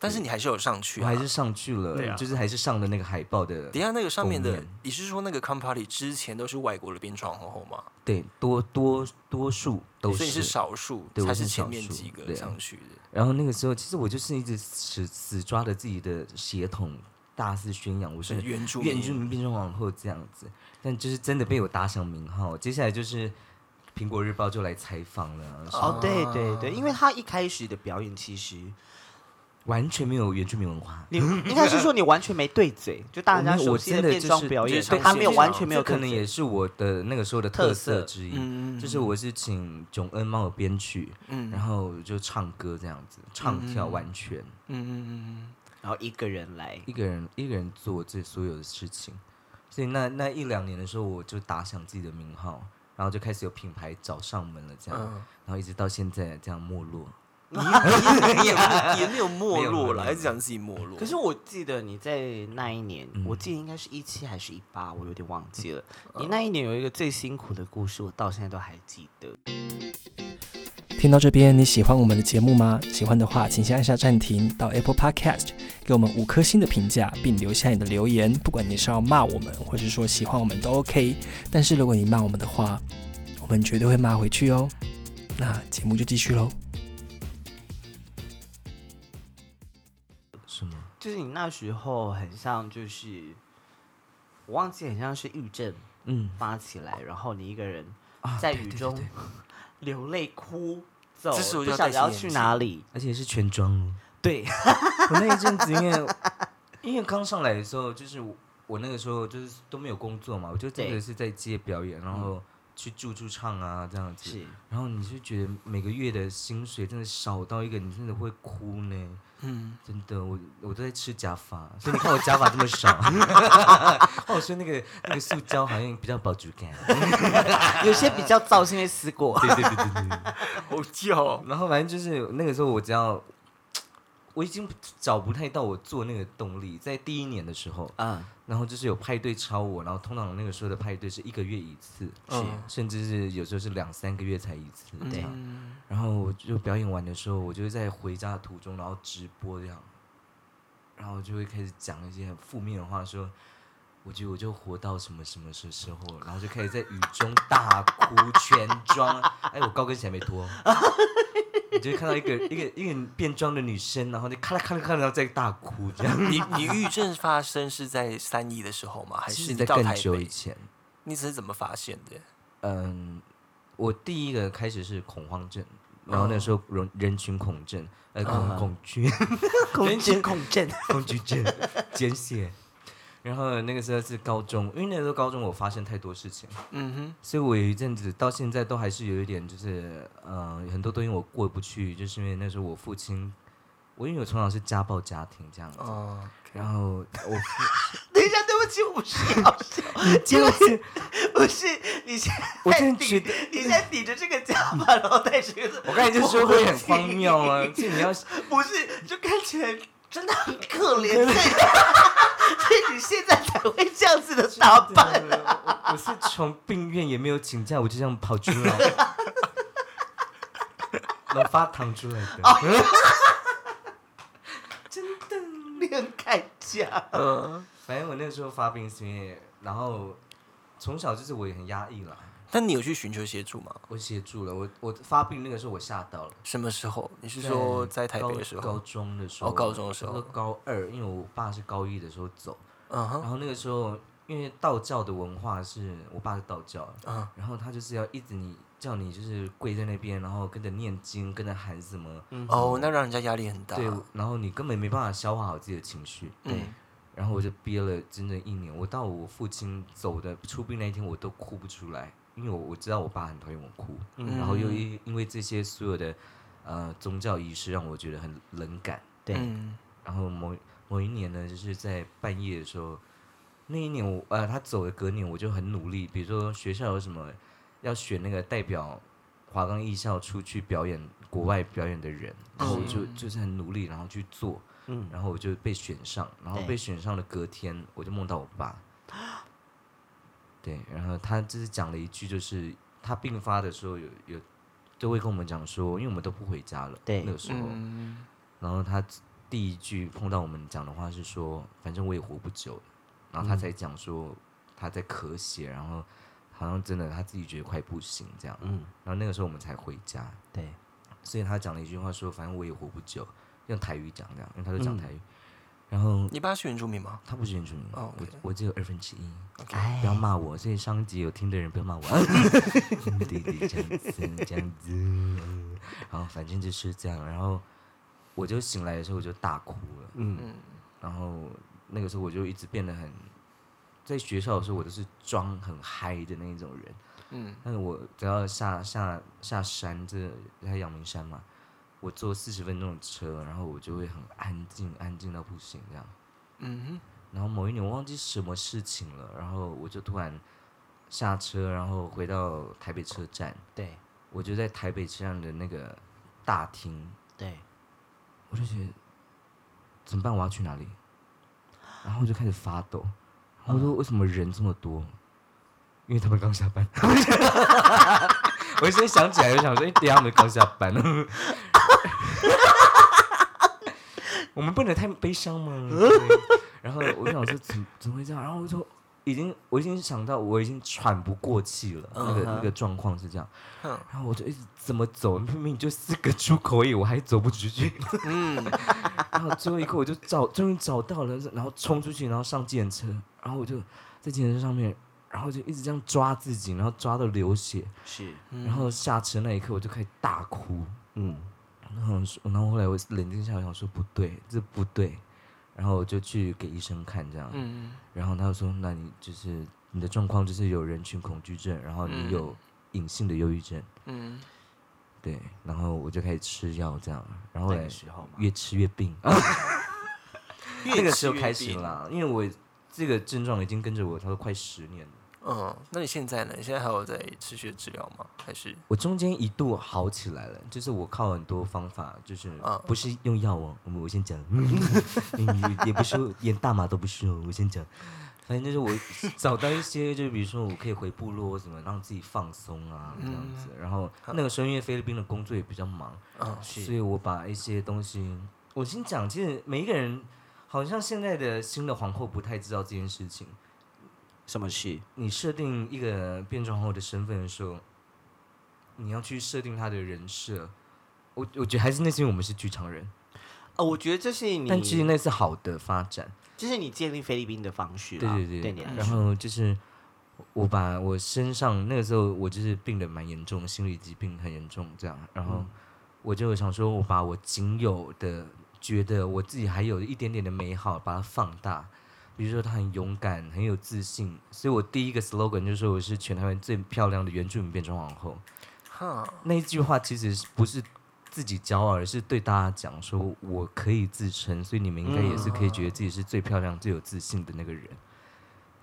Speaker 5: 但是你还是有上去、
Speaker 3: 我
Speaker 5: 啊，
Speaker 3: 还是上去
Speaker 4: 对
Speaker 3: 了，
Speaker 4: 啊
Speaker 3: 就是还是上了那个海报的
Speaker 5: 底，下那个上面
Speaker 3: 封
Speaker 5: 的
Speaker 3: 面，
Speaker 5: 你是说那个 com party 之前都是外国的变装皇后吗？
Speaker 3: 对，多多多数都
Speaker 5: 所以你是
Speaker 3: 是。
Speaker 5: 少数，
Speaker 3: 对我
Speaker 5: 才
Speaker 3: 是
Speaker 5: 是前
Speaker 3: 少
Speaker 5: 面
Speaker 3: 数
Speaker 5: 几个
Speaker 1: 啊
Speaker 3: 对
Speaker 5: 上去的。
Speaker 3: 然后那个时候，其实我就是一直死死抓着自己的血统，大肆宣扬我是
Speaker 5: 是原住
Speaker 3: 原住
Speaker 5: 民
Speaker 3: 民变成皇后这样子，但就是真的被我打响名号。接下来就是苹果日报就来采访了，是
Speaker 4: 哦，对对对，因为他一开始的表演其 实
Speaker 3: 完全没有原住民文化。
Speaker 4: 你应该是说你完全没对嘴，就大家
Speaker 3: 我没有
Speaker 4: 熟
Speaker 3: 我
Speaker 4: 悉的
Speaker 3: 真的
Speaker 4: 变
Speaker 3: 就
Speaker 4: 装
Speaker 3: 是
Speaker 4: 表
Speaker 5: 就
Speaker 4: 演，
Speaker 5: 是尝
Speaker 4: 他
Speaker 5: 试
Speaker 4: 没有
Speaker 5: 一
Speaker 4: 完
Speaker 5: 下
Speaker 4: 全没有
Speaker 3: 这可
Speaker 4: 对
Speaker 3: 能
Speaker 4: 嘴
Speaker 3: 也是我的那个时候的特
Speaker 4: 特色
Speaker 3: 色之一。
Speaker 5: 嗯
Speaker 3: 就是我是请囧恩帮我编曲，
Speaker 4: 嗯
Speaker 3: 然后就唱歌这样子，唱跳完全、
Speaker 5: 嗯
Speaker 4: 然后一个人来，
Speaker 3: 一个人一个人做这所有的事情，所以那那一两年的时候，我就打响自己的名号，然后就开始有品牌找上门
Speaker 5: 嗯
Speaker 3: 了这样，
Speaker 4: 嗯
Speaker 3: 然后一直到现在这样没落。
Speaker 1: 啊
Speaker 5: 嗯 也没有也没有没落
Speaker 3: 没有没
Speaker 5: 了，
Speaker 3: 有
Speaker 5: 一直讲自己没落。
Speaker 4: 可是我记得你在那一年，我记得应该是一七还是一八，我有点忘记了。嗯你那一年有一个最辛苦的故事，我到现在都还记得。
Speaker 1: 听到这边，你喜欢我们的节目吗？喜欢的话，请先按下暂停，到 Apple Podcast 给我们五颗星的评价，并留下你的留言。不管你是要骂我们，或是说喜欢我们都 OK。但是如果你骂我们的话，我们绝对会骂回去哦。那节目就继续喽。
Speaker 3: 什么？
Speaker 4: 就是你那时候很像，就是我忘记很像是郁症
Speaker 3: 嗯，
Speaker 4: 发起来，然后你一个人
Speaker 3: 啊
Speaker 4: 在雨中 流泪哭走，
Speaker 5: 这时候
Speaker 4: 不
Speaker 5: 就要
Speaker 4: 晓
Speaker 5: 戴
Speaker 4: 得要
Speaker 5: 起
Speaker 4: 去
Speaker 5: 眼
Speaker 4: 哪里。
Speaker 3: 而且是全妆哦。
Speaker 4: 对，
Speaker 3: 我那一阵子因为因为刚上来的时候，就是我我那个时候就是都没有工作嘛，我就真的
Speaker 4: 对嗯
Speaker 3: 是在接表演，然后去驻驻唱啊这样子
Speaker 4: 是。
Speaker 3: 然后你就觉得每个月的薪水真的少到一个，你真的会哭呢。嗯，真的，我我都在吃假发，所以你看我假发这么少。 哦，所以那个那个塑胶好像比较保质感。
Speaker 4: 有些比较糟心的思 过。
Speaker 3: 对对对对对。
Speaker 5: 好哦叫，
Speaker 3: 然后反正就是那个时候，我只要我已经找不太到我做那个动力，在第一年的时候，
Speaker 4: 嗯，
Speaker 3: 然后就是有派对超我，然后通常那个时候的派对是一个月一次，
Speaker 5: 嗯
Speaker 3: 甚至是有时候是两三个月才一次这
Speaker 4: 对
Speaker 1: 啊
Speaker 3: 样。
Speaker 5: 嗯
Speaker 3: 然后我就表演完的时候，我就在回家的途中，然后直播这样，然后就会开始讲一些很负面的话，说。我觉得我就活到什么什么时时候，然后就开始在雨中大哭全妆。哎，我高跟鞋还没脱，哦你就会看到一 个一个一个变装的女生，然后就咔啦咔啦咔啦，然后在大哭这样。
Speaker 5: 你你郁症发生是在三一的时候吗？还
Speaker 3: 其
Speaker 5: 是
Speaker 3: 实
Speaker 5: 你
Speaker 3: 在
Speaker 5: 到
Speaker 3: 更
Speaker 5: 台
Speaker 3: 久以
Speaker 5: 北？
Speaker 3: 前，
Speaker 5: 你只是怎么发现的？
Speaker 3: 嗯，我第一个开始是恐慌症，然后那时候人人群恐症，呃，恐恐惧
Speaker 4: 人群恐症，
Speaker 3: 恐惧症简写。然后那个时候是高中，因为那时候高中我发生太多事情，嗯哼，所以我有一阵子到现在都还是有一点，就是呃，很多东西我过不去，就是因为那时候我父亲，我因为我从小是家暴家庭这样子，
Speaker 5: 哦，
Speaker 3: 然后我父
Speaker 4: 等一下，对不起，我不是要笑，因为不是你现在，
Speaker 3: 我真的觉得
Speaker 4: 你现在抵着这个假发，然后戴这个，
Speaker 3: 我刚才就说会很荒谬啊，就你要
Speaker 4: 不是，就看起来真的很可怜，所以 所以你现在才会这样子的打扮。
Speaker 3: 对呃我我是从病院也没有请假，我就这样跑出来，老发糖出来的。
Speaker 4: 练铠甲，
Speaker 3: 反正我那时候发病是因为，然后从小就是我也很压抑了，
Speaker 5: 但你有去寻求协助吗？
Speaker 3: 我协助了我我发病那个时候我吓到了。
Speaker 5: 什么时候？你是说在台北的时
Speaker 3: 高高
Speaker 5: 候？
Speaker 3: 中的时候，
Speaker 5: 哦高中的时候
Speaker 3: 那高二，因为我爸是高一的时候走，
Speaker 5: 嗯哼，
Speaker 3: 然后那个时候因为道教的文化是我爸是道教，
Speaker 5: 嗯
Speaker 3: 然后他就是要一直你叫你就是跪在那边，然后跟着念经，跟着喊什么，
Speaker 5: 嗯哦，那让人家压力很大。
Speaker 3: 对，然后你根本没办法消化好自己的情绪。
Speaker 5: 嗯，
Speaker 3: 然后我就憋了整整一年，我到我父亲走的出殡那一天，我都哭不出来，因为我我知道我爸很讨厌我哭，
Speaker 5: 嗯
Speaker 3: 然后又因因为这些所有的呃宗教仪式让我觉得很冷感。
Speaker 4: 对
Speaker 5: 嗯
Speaker 3: 然后某某一年呢，就是在半夜的时候，那一年我呃他走的隔年，我就很努力，比如说学校有什么要选那个代表华冈艺校出去表演国外表演的人，然后我就就是很努力，然后去做，
Speaker 4: 嗯
Speaker 3: 然后我就被选上，然后
Speaker 4: 对
Speaker 3: 被选上的隔天，我就梦到我 爸，对，然后他就是讲了一句，就是他病发的时候有有都会跟我们讲说，因为我们都不回家了，
Speaker 4: 对
Speaker 3: 那个时候。
Speaker 5: 嗯，
Speaker 3: 然后他第一句碰到我们讲的话是说，反正我也活不久了，然后他才讲说他在咳血，然后好像真的他自己觉得快不行这样，
Speaker 4: 嗯，
Speaker 3: 然后那个时候我们才回家，
Speaker 4: 对，
Speaker 3: 所以他讲了一句话说，反正我也活不久，用台语讲这样，因为他就讲台语，然后
Speaker 5: 你爸是原住民吗？
Speaker 3: 他不是原住民，
Speaker 5: 嗯哦
Speaker 3: 我
Speaker 5: OK
Speaker 3: 我只有二分之一。
Speaker 4: 哎
Speaker 3: 不要骂我，所以上一集有听的人 不要骂我。对对，这样子这样子，然后反正就是这样。然后我就醒来的时候我就大哭了，
Speaker 4: 嗯
Speaker 5: 嗯
Speaker 3: 然后那个时候我就一直变得很，在学校的时候我都是装很嗨的那一种人，
Speaker 5: 嗯，
Speaker 3: 但是我只要下下下山，这在阳明山嘛，我坐四十分钟的车，然后我就会很安静，安静到不行这样。
Speaker 5: 嗯
Speaker 3: 然后某一年我忘记什么事情了，然后我就突然下车，然后回到台北车站，
Speaker 4: 对
Speaker 3: 我就在台北车站的那个大厅，
Speaker 4: 对，
Speaker 3: 我就觉得怎么办？我要去哪里？然后我就开始发抖，然后
Speaker 4: 嗯
Speaker 3: 我说为什么人这么多？因为他们刚下班。 我现在想起来，就想说，哎，等一下他们刚下班。 我们不能太悲伤嘛。对然后我就想说，怎么怎么会这样？然后我就已经我已经想到我已经喘不过气了，那个
Speaker 4: 嗯哼
Speaker 3: 那个状况是这样。
Speaker 5: 嗯
Speaker 3: 然后我就一直怎么走，明明就四个出口而已，我还走不出去。
Speaker 5: 嗯
Speaker 3: 然后最后一刻我就找，终于找到了，然后冲出去，然后上计程车，然后我就在计程车上面，然后就一直这样抓自己，然后抓到流血，
Speaker 4: 是，
Speaker 5: 嗯，
Speaker 3: 然后下车那一刻我就开始大哭，
Speaker 4: 嗯，
Speaker 3: 然后说然后后来我冷静下来，我想说不对，这不对，然后我就去给医生看这样，
Speaker 5: 嗯
Speaker 3: 然后他说那你就是你的状况就是有人群恐惧症，然后你
Speaker 5: 嗯
Speaker 3: 有隐性的忧郁症，
Speaker 5: 嗯
Speaker 3: 对，然后我就开始吃药这样，然后后
Speaker 4: 那
Speaker 3: 来
Speaker 4: 个时候嘛，
Speaker 3: 越吃越病。 那个时候开始啦，因为我这个症状已经跟着我，差不多快十年了。
Speaker 5: 嗯，那你现在呢？你现在还有在持续的治疗吗？还是
Speaker 3: 我中间一度好起来了，就是我靠很多方法，就是
Speaker 5: 啊
Speaker 3: 不是用药哦，我们我先讲， 嗯也不是连大麻都不是哦，我先讲，反正就是我找到一些，就比如说我可以回部落什么，让自己放松啊这样子。然后那个时候因为菲律宾的工作也比较忙，
Speaker 1: 啊
Speaker 5: 嗯
Speaker 3: 所以我把一些东西，我先讲，其实每一个人好像现在的新的皇后不太知道这件事情。
Speaker 4: 什么事？
Speaker 3: 你设定一个变装皇后的身份的时候，你要去设定她的人设。我我觉得还是那是因为我们是剧场人，
Speaker 4: 哦，我觉得这是你，
Speaker 3: 但其实那是好的发展。
Speaker 4: 这是你建立菲律宾的方式
Speaker 3: 对
Speaker 4: 啦，
Speaker 3: 对对，
Speaker 4: 啊对你来
Speaker 3: 然
Speaker 4: 说，
Speaker 3: 后就是我把我身上那个时候我就是病的蛮严重，心理疾病很严重这样，然
Speaker 4: 嗯
Speaker 3: 后我就想说，我把我仅有的觉得我自己还有一点点的美好，把它放大。比如说，他很勇敢，很有自信，所以我第一个 slogan 就是说我是全台湾最漂亮的原住民变装皇后。
Speaker 5: 哈，
Speaker 3: 那一句话其实是不是自己骄傲，而是对大家讲说我可以自称，所以你们应该也是可以觉得自己是最漂亮、最有自信的那个人。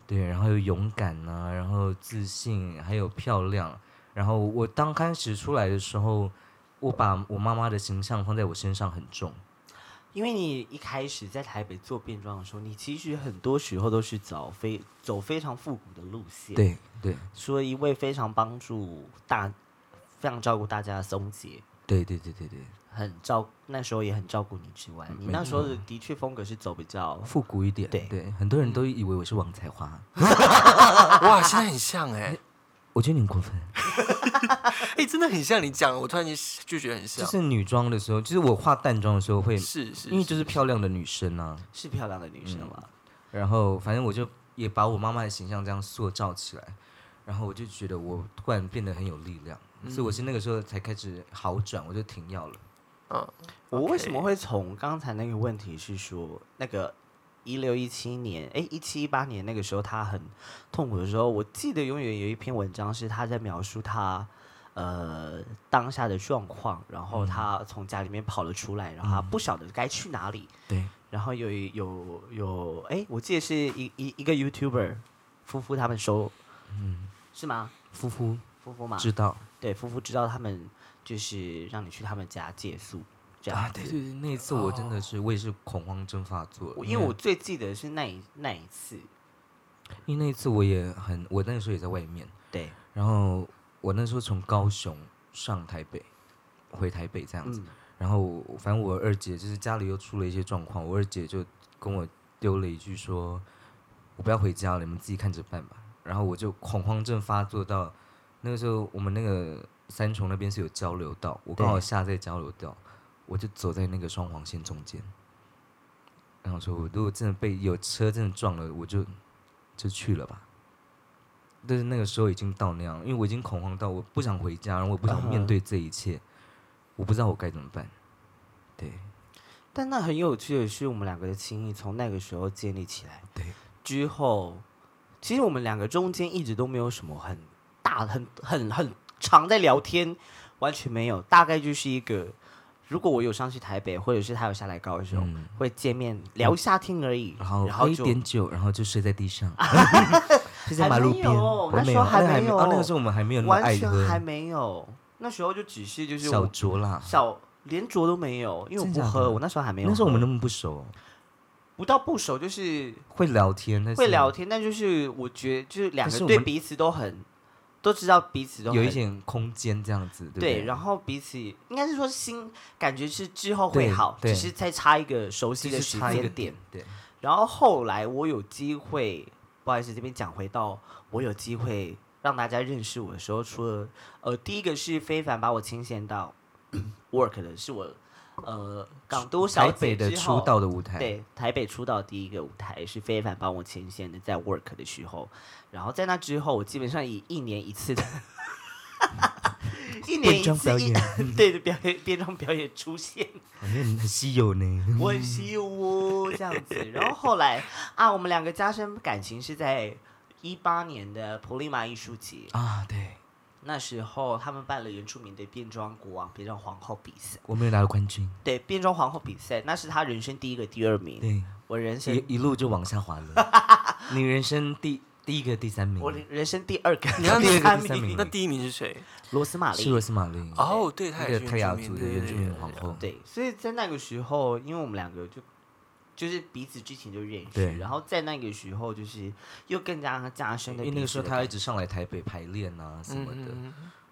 Speaker 3: 对，然后又勇敢呐、然后自信，还有漂亮。然后我刚开始出来的时候，我把我妈妈的形象放在我身上很重，
Speaker 4: 因为你一开始在台北做变装的时候，你其实很多时候都是走非走非常复古的路线，，
Speaker 3: 对对
Speaker 4: 所以会非常帮助大，非常照顾大家的松解，
Speaker 3: 对对对对对，
Speaker 4: 很照那时候也很照顾你之外，你那时候的的确风格是走比较
Speaker 3: 复古一点。
Speaker 4: 对
Speaker 3: 对，嗯很多人都以为我是王彩华，
Speaker 5: 哇，现在很像哎、
Speaker 3: 我觉得你很过分。
Speaker 5: 哎、真的很像你讲，我突然间就觉得很
Speaker 3: 就
Speaker 5: 像，
Speaker 3: 是女装的时候，就是我化淡妆的时候会，
Speaker 5: 是是，
Speaker 3: 因为就是漂亮的女生啊。
Speaker 4: 是漂亮的女生了，
Speaker 3: 然后反正我就也把我妈妈的形象这样塑造起来，然后我就觉得我突然变得很有力量，所以
Speaker 4: 嗯
Speaker 3: 我是那个时候才开始好转，我就停药了。
Speaker 5: 嗯，
Speaker 4: 我为什么会从刚才那个问题是说那个一六一七年，哎，一七一八年那个时候他很痛苦的时候，我记得永远有一篇文章是他在描述他呃当下的状况，然
Speaker 3: 嗯
Speaker 4: 后他从家里面跑了出来，然后他不晓得该去哪里，
Speaker 3: 对，
Speaker 4: 然后有一有有，哎，我记得是一一一个 YouTuber 夫妇他们收，嗯，是吗？
Speaker 3: 夫妇
Speaker 4: 夫妇嘛，
Speaker 3: 知道
Speaker 4: 对，夫妇知道他们就是让你去他们家借宿，这样
Speaker 3: 啊，
Speaker 4: 子。
Speaker 3: 对对对，那一次我真的是我也是恐慌症发作，
Speaker 4: 我因为我最记得是那一那一次，
Speaker 3: 因为那一次我也很，我那个时候也在外面，
Speaker 4: 对，
Speaker 3: 然后我那时候从高雄上台北，回台北这样子。
Speaker 4: 嗯
Speaker 3: 然后我反正我二姐就是家里又出了一些状况，我二姐就跟我丢了一句说：“我不要回家了，你们自己看着办吧。”然后我就恐慌症发作到那个时候，我们那个三重那边是有交流道，我刚好下在交流道，我就走在那个双黄线中间。然后说，我如果真的被有车真的撞了，我就就去了吧。但是那个时候已经到那样了，因为我已经恐慌到我不想回家，然后我不想面对这一切，我不知道我该怎么办。对，
Speaker 4: 但那很有趣的是，我们两个的情谊从那个时候建立起来。
Speaker 3: 对，
Speaker 4: 之后其实我们两个中间一直都没有什么很大、很很很常在聊天，完全没有。大概就是一个，如果我有上去台北，或者是他有下来高雄，
Speaker 3: 嗯
Speaker 4: 会见面聊一下天而已。
Speaker 3: 然后
Speaker 4: 然
Speaker 3: 喝
Speaker 4: 后
Speaker 3: 一
Speaker 4: 就
Speaker 3: 点酒，然后就睡在地 上，睡在马路边。
Speaker 4: 还没有
Speaker 3: 我
Speaker 4: 那
Speaker 3: 没
Speaker 4: 时候
Speaker 3: 有，
Speaker 4: 还
Speaker 3: 那
Speaker 4: 没
Speaker 3: 没有。
Speaker 4: 有
Speaker 3: 哦，那个时候我们还没有那么
Speaker 4: 完
Speaker 3: 爱
Speaker 4: 全
Speaker 3: 喝，
Speaker 4: 还没有。那时候就只是就是
Speaker 3: 小
Speaker 4: 我
Speaker 3: 酌啦。
Speaker 4: 小连着都没有，因为我
Speaker 3: 真
Speaker 4: 不
Speaker 3: 假的
Speaker 4: 喝，我那时候还没有喝。
Speaker 3: 那时候我们那么不熟，
Speaker 4: 不到不熟，就是
Speaker 3: 会聊天，但是
Speaker 4: 会聊天，但就是我觉得就是两
Speaker 3: 但是
Speaker 4: 个
Speaker 3: 我
Speaker 4: 对
Speaker 3: 们
Speaker 4: 彼此都很都知道彼此都
Speaker 3: 有一
Speaker 4: 很
Speaker 3: 点空间这样子，对不
Speaker 4: 对，
Speaker 3: 对？
Speaker 4: 然后彼此应该是说心感觉是之后会
Speaker 3: 对
Speaker 4: 好，
Speaker 3: 对
Speaker 4: 只是再差一个熟悉
Speaker 3: 就
Speaker 4: 的
Speaker 3: 是
Speaker 4: 时
Speaker 3: 差一个
Speaker 4: 间点。，
Speaker 3: 对，
Speaker 4: 然后后来我有机会，不好意思，这边讲回到我有机会让大家认识我的时候，除了呃，第一个是非凡把我牵线到 work 的，是我呃港都小
Speaker 3: 台
Speaker 4: 姐
Speaker 3: 北的
Speaker 4: 之
Speaker 3: 出
Speaker 4: 后
Speaker 3: 道的舞台，
Speaker 4: 对，台北出道第一个舞台是非凡帮我牵线的，在 Work 的时候，然后在那之后，我基本上以一年一 次的，一年
Speaker 3: 变
Speaker 4: 一
Speaker 3: 装
Speaker 4: 次
Speaker 3: 表嗯
Speaker 4: 一对的表演变装表演出现，
Speaker 3: 好像 很稀有呢。
Speaker 4: 我很稀有哦，这样子。然后后来啊，我们两个加深感情是在一八年的普利马艺术节，
Speaker 3: 啊，对，
Speaker 4: 那时候他们办了原住民的变装国王、变装皇后比赛，
Speaker 3: 我没有拿到冠 军，
Speaker 4: 对，变装皇后比赛，那是他人生第一个第二名，
Speaker 3: 对。
Speaker 4: 我人生
Speaker 3: 一一路就往下滑 了。你人生第第一个、第三名，
Speaker 4: 我人人生第二个，
Speaker 5: 你看
Speaker 4: 第
Speaker 5: 那
Speaker 4: 三
Speaker 5: 第
Speaker 3: 三
Speaker 4: 名，
Speaker 3: 名
Speaker 5: 那第一名是谁？
Speaker 4: 罗斯玛
Speaker 3: 是
Speaker 4: 丽。
Speaker 3: 罗斯玛丽，
Speaker 5: 哦，对，他
Speaker 3: 那
Speaker 5: 也
Speaker 3: 个
Speaker 5: 是
Speaker 3: 泰雅
Speaker 5: 原
Speaker 3: 族
Speaker 5: 住
Speaker 3: 的
Speaker 5: 民，。
Speaker 3: 原住民皇后。
Speaker 4: 对，所以在那个时候，因为我们两个就就是彼此之前就认识，
Speaker 3: 对
Speaker 4: 然后在那个时候就是又更加加深
Speaker 3: 因
Speaker 4: 的。
Speaker 3: 为那个时候他一直上来台北排练啊什么的，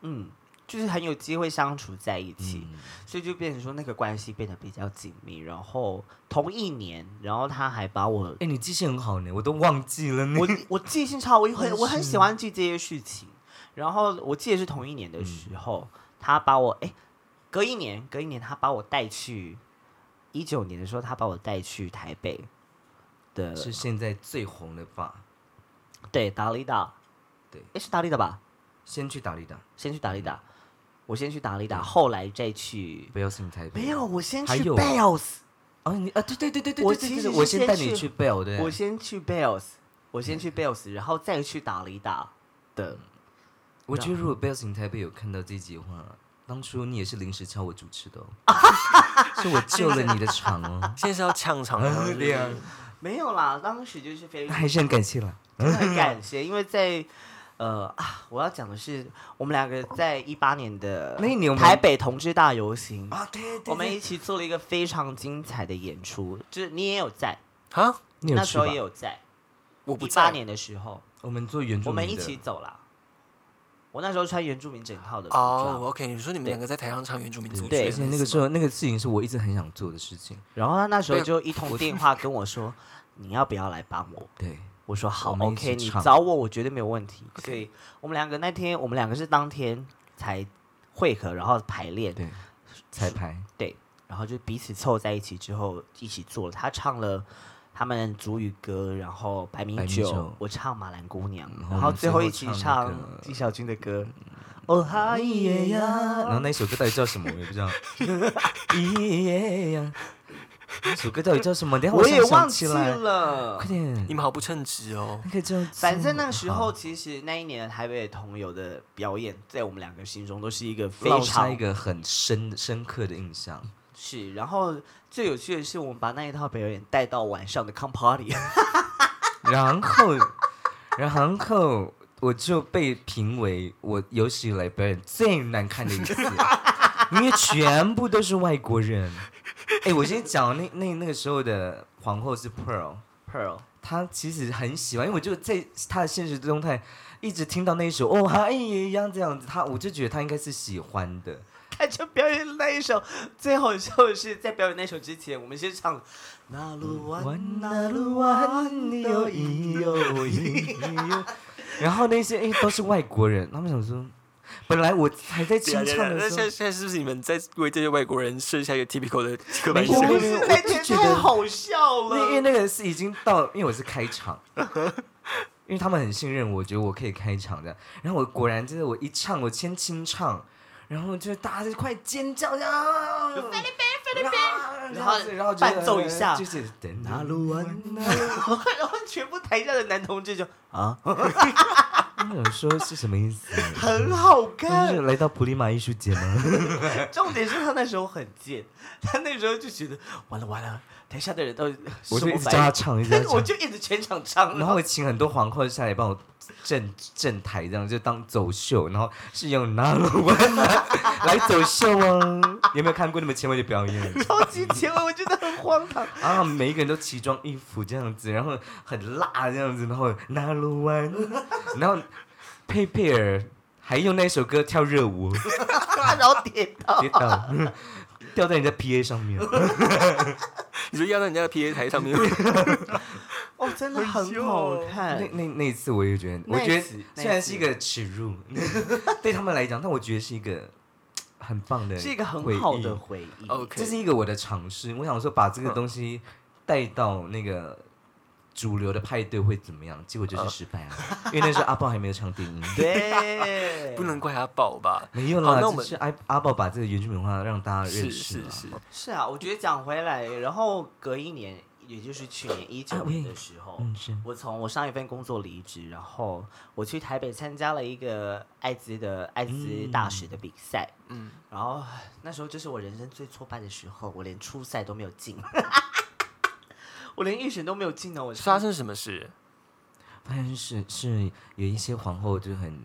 Speaker 4: 嗯，就是很有机会相处在一起，
Speaker 3: 嗯
Speaker 4: 所以就变成说那个关系变得比较紧密。然后同一年，然后他还把我
Speaker 3: 哎，你记性很好呢，我都忘记了呢。
Speaker 4: 我我记性超好，我很我很喜欢记这些事情。然后我记得是同一年的时候，他把我哎，隔一年隔一年他把我带去，一九年的时候他把我带去台北 的，
Speaker 3: 是现在最红的吧？
Speaker 4: 对达利达，
Speaker 3: 对
Speaker 4: 诶，是达利达吧？
Speaker 3: 先去达利达，
Speaker 4: 先去达利达，我先去达利达，后来再去
Speaker 3: 不要进台北。
Speaker 4: 没有，我先
Speaker 3: 还
Speaker 4: 去
Speaker 3: 有
Speaker 4: Bells，
Speaker 3: 哦，你啊，对对对对对，
Speaker 4: 我
Speaker 3: 对对
Speaker 4: 其
Speaker 3: 对
Speaker 4: 实
Speaker 3: 对
Speaker 4: 是
Speaker 3: 我先带
Speaker 4: 先
Speaker 3: 你
Speaker 4: 去
Speaker 3: 去 Bell 对，
Speaker 4: 我先去 Bells，我先去 Bells，然后再去达利达的。
Speaker 3: 我觉得如果 Bell 进台北有看到这集的话，当初你也是临时敲我主持 的哦，是我救了你的场哦
Speaker 5: 现在是要呛场了，是不是
Speaker 3: 对啊，
Speaker 4: 没有啦，当时就是非常
Speaker 3: 还是很感谢啦。
Speaker 4: 真的很感谢，因为在呃啊，我要讲的是，我们两个在一八年的
Speaker 3: 那一年我们
Speaker 4: 台北同志大游行，
Speaker 3: 啊，对对
Speaker 4: 我们一起做了一个非常精彩的演出，就是你也有在，
Speaker 5: 啊，
Speaker 3: 你有
Speaker 4: 那
Speaker 3: 去
Speaker 4: 时候
Speaker 3: 吧
Speaker 4: 也有在，
Speaker 5: 我不
Speaker 4: 一八
Speaker 5: 在，
Speaker 4: 年的时候，
Speaker 3: 我们做原著，
Speaker 4: 我们一起走啦。我那时候穿原住民整套的服
Speaker 5: 哦
Speaker 4: 装，
Speaker 5: ，OK，你说你们两个在台上唱原住民族
Speaker 4: 对
Speaker 3: 而且那个时候那个事情是我一直很想做的事情。
Speaker 4: 然后他那时候
Speaker 5: 对
Speaker 4: 就一通电话跟我说， 你要不要来帮我？
Speaker 3: 对，
Speaker 4: 我说好
Speaker 3: 我们一起
Speaker 4: ，OK，你
Speaker 3: 唱
Speaker 4: 找我，我绝对没有问题。所以我们两个那天，我们两个是当天才会合，然后排练，
Speaker 3: 对，彩排
Speaker 4: 对，然后就彼此凑在一起之后一起做了。他唱了他们主语歌，然后白米
Speaker 3: 白米
Speaker 4: 酒
Speaker 3: 酒，
Speaker 4: 我唱马兰姑娘，
Speaker 3: 然后
Speaker 4: 然
Speaker 3: 我
Speaker 4: 后
Speaker 3: 们
Speaker 4: 最
Speaker 3: 最
Speaker 4: 后
Speaker 3: 后
Speaker 4: 一起
Speaker 3: 唱那
Speaker 4: 唱
Speaker 3: 个嗯
Speaker 4: 纪晓君的歌。哦嗨
Speaker 3: 哎
Speaker 4: 耶
Speaker 3: 然后
Speaker 4: 呀，
Speaker 3: 那首歌到底叫什么我也不知道。耶呀，那首歌到底叫什 么？等一下
Speaker 4: 我也
Speaker 3: 哎想
Speaker 4: 忘
Speaker 3: 想起
Speaker 4: 记
Speaker 3: 来，
Speaker 4: 了
Speaker 3: 快。点
Speaker 5: 你，们好不称职 哦
Speaker 3: 那。个叫做
Speaker 4: 反正那个时候，
Speaker 3: 好
Speaker 4: 其实那一年台北的同游的表演，在我们两个心中都是一个非
Speaker 3: 烙下
Speaker 4: 常
Speaker 3: 一个很深深刻的印象。
Speaker 4: 是。然后最有趣的是，我们把那一套表演带到晚上的 con party，
Speaker 3: 然后，然后我就被评为我有史以来表演最难看的一次，因为全部都是外国人。哎，我先讲那那那个时候的皇后是 Pearl，
Speaker 4: Pearl
Speaker 3: 她其实很喜欢，因为我就在她的现实动态一直听到那一首哦，哎一样这样子，她我就觉得她应该是喜欢的。
Speaker 4: 他就表演那一首，最好笑的是在表演那首之前，我们先唱那路弯那路弯哟咿哟咿，
Speaker 3: 然后那些哎都是外国人，他们想说，本来我还在清
Speaker 5: 对啊对啊
Speaker 3: 唱
Speaker 5: 对啊
Speaker 3: 的
Speaker 5: 那
Speaker 3: 时
Speaker 5: 现
Speaker 3: 候
Speaker 5: 在。现在是不是你们在为这些外国人设下一个 typical 的刻板
Speaker 3: 没
Speaker 5: 印
Speaker 3: 有
Speaker 5: 象？
Speaker 4: 不
Speaker 3: 没
Speaker 4: 是
Speaker 3: 有我
Speaker 4: 那
Speaker 3: 就
Speaker 4: 天
Speaker 3: 觉
Speaker 4: 太
Speaker 3: 得
Speaker 4: 好笑
Speaker 3: 那因为
Speaker 4: 了。
Speaker 3: 那个是已经到，因为我是开场，因为他们很信任我，觉得我可以开场的。然后我果然就是我一唱，我先清唱，然后就大家就快尖叫这样啊，菲律宾，菲律宾，然后然后就
Speaker 4: 伴奏一下
Speaker 3: 就是等那路啊，
Speaker 4: 然后全部台下的男同志就
Speaker 3: 我想说是什么意思？
Speaker 4: 很好
Speaker 3: 就
Speaker 4: 看
Speaker 3: 是，来到普利马艺术节吗？
Speaker 4: 重点是他那时候很贱，他那时候就觉得完了完了，台下的人都
Speaker 3: 我
Speaker 4: 什
Speaker 3: 就
Speaker 4: 么
Speaker 3: 一直
Speaker 4: 反
Speaker 3: 叫他
Speaker 4: 应
Speaker 3: 唱，一直
Speaker 4: 但
Speaker 3: 叫他
Speaker 4: 是 我
Speaker 3: 唱。
Speaker 4: 就一直全场唱，
Speaker 3: 然后我请很多皇后下来帮我镇镇台，这样就当走秀，然后是用拿鲁湾来走秀 哦。有没有看过那么前卫的表 演？
Speaker 4: 超级前卫，我觉得很荒唐。
Speaker 3: 啊，每一个人都奇装异服这样子，然后很辣这样子，然后拿鲁湾， 然后佩佩尔还用那首歌跳热 舞，
Speaker 4: 然后点到
Speaker 3: 跌倒， 掉在人家 PA 上面。
Speaker 5: 你说要到人家的 PA 台上面，
Speaker 4: 哦，真的很哦好看
Speaker 3: 那。那那一次，我也觉得，我
Speaker 4: 哎那一
Speaker 3: 觉得
Speaker 4: 次那
Speaker 3: 虽然
Speaker 4: 一
Speaker 3: 是
Speaker 4: 次
Speaker 3: 一个耻辱， 对他们来讲，但我觉得是一个很棒的，
Speaker 4: 是一个很好的。回嗯忆。
Speaker 5: OK
Speaker 3: 这是一个我的尝试，我想说把这个东西带到那个主流的派对会怎么样？结果
Speaker 4: 嗯
Speaker 3: 就是失败啊，因为那时候阿豹还没有唱电 音。
Speaker 4: 对，
Speaker 5: 不能怪他爆吧？
Speaker 3: 没有
Speaker 5: 好
Speaker 3: 啦，
Speaker 5: 那我
Speaker 3: 只
Speaker 5: 们
Speaker 3: 是阿阿豹把这个原住民文化让大家啊认
Speaker 5: 是
Speaker 3: 识
Speaker 5: 是
Speaker 3: 嘛
Speaker 5: 是，
Speaker 4: 是啊，我觉得讲回来，然后隔一年，也就是去年一九年的时候，
Speaker 3: 啊嗯是
Speaker 4: 我从我上一份工作离职，然后我去台北参加了一个艾滋的艾滋大使的比赛，嗯，然后那时候就是我人生最挫败的时候，我连初赛都没有进， 我连预选都没有进呢，我
Speaker 5: 发生什么事？
Speaker 3: 发现是是有一些皇后就很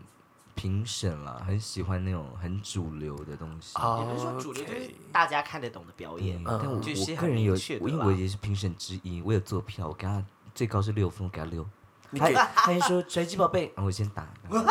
Speaker 3: 评审啦，很喜欢那种很主流的东西
Speaker 5: 哦
Speaker 4: 也不是说主流，就是
Speaker 5: OK
Speaker 4: 大家看得懂的表演
Speaker 3: 对，
Speaker 5: 嗯
Speaker 3: 但我
Speaker 4: 就是
Speaker 3: 我
Speaker 4: 很
Speaker 3: 个人
Speaker 4: 明
Speaker 3: 有，
Speaker 4: 确的
Speaker 3: 我因为
Speaker 4: 啦
Speaker 3: 我也是评审之一，我有做票，我给他最高是六分，我给他六。
Speaker 5: 你
Speaker 3: 他
Speaker 5: 给
Speaker 3: 他一说宅鸡宝贝，然后我先打，然 后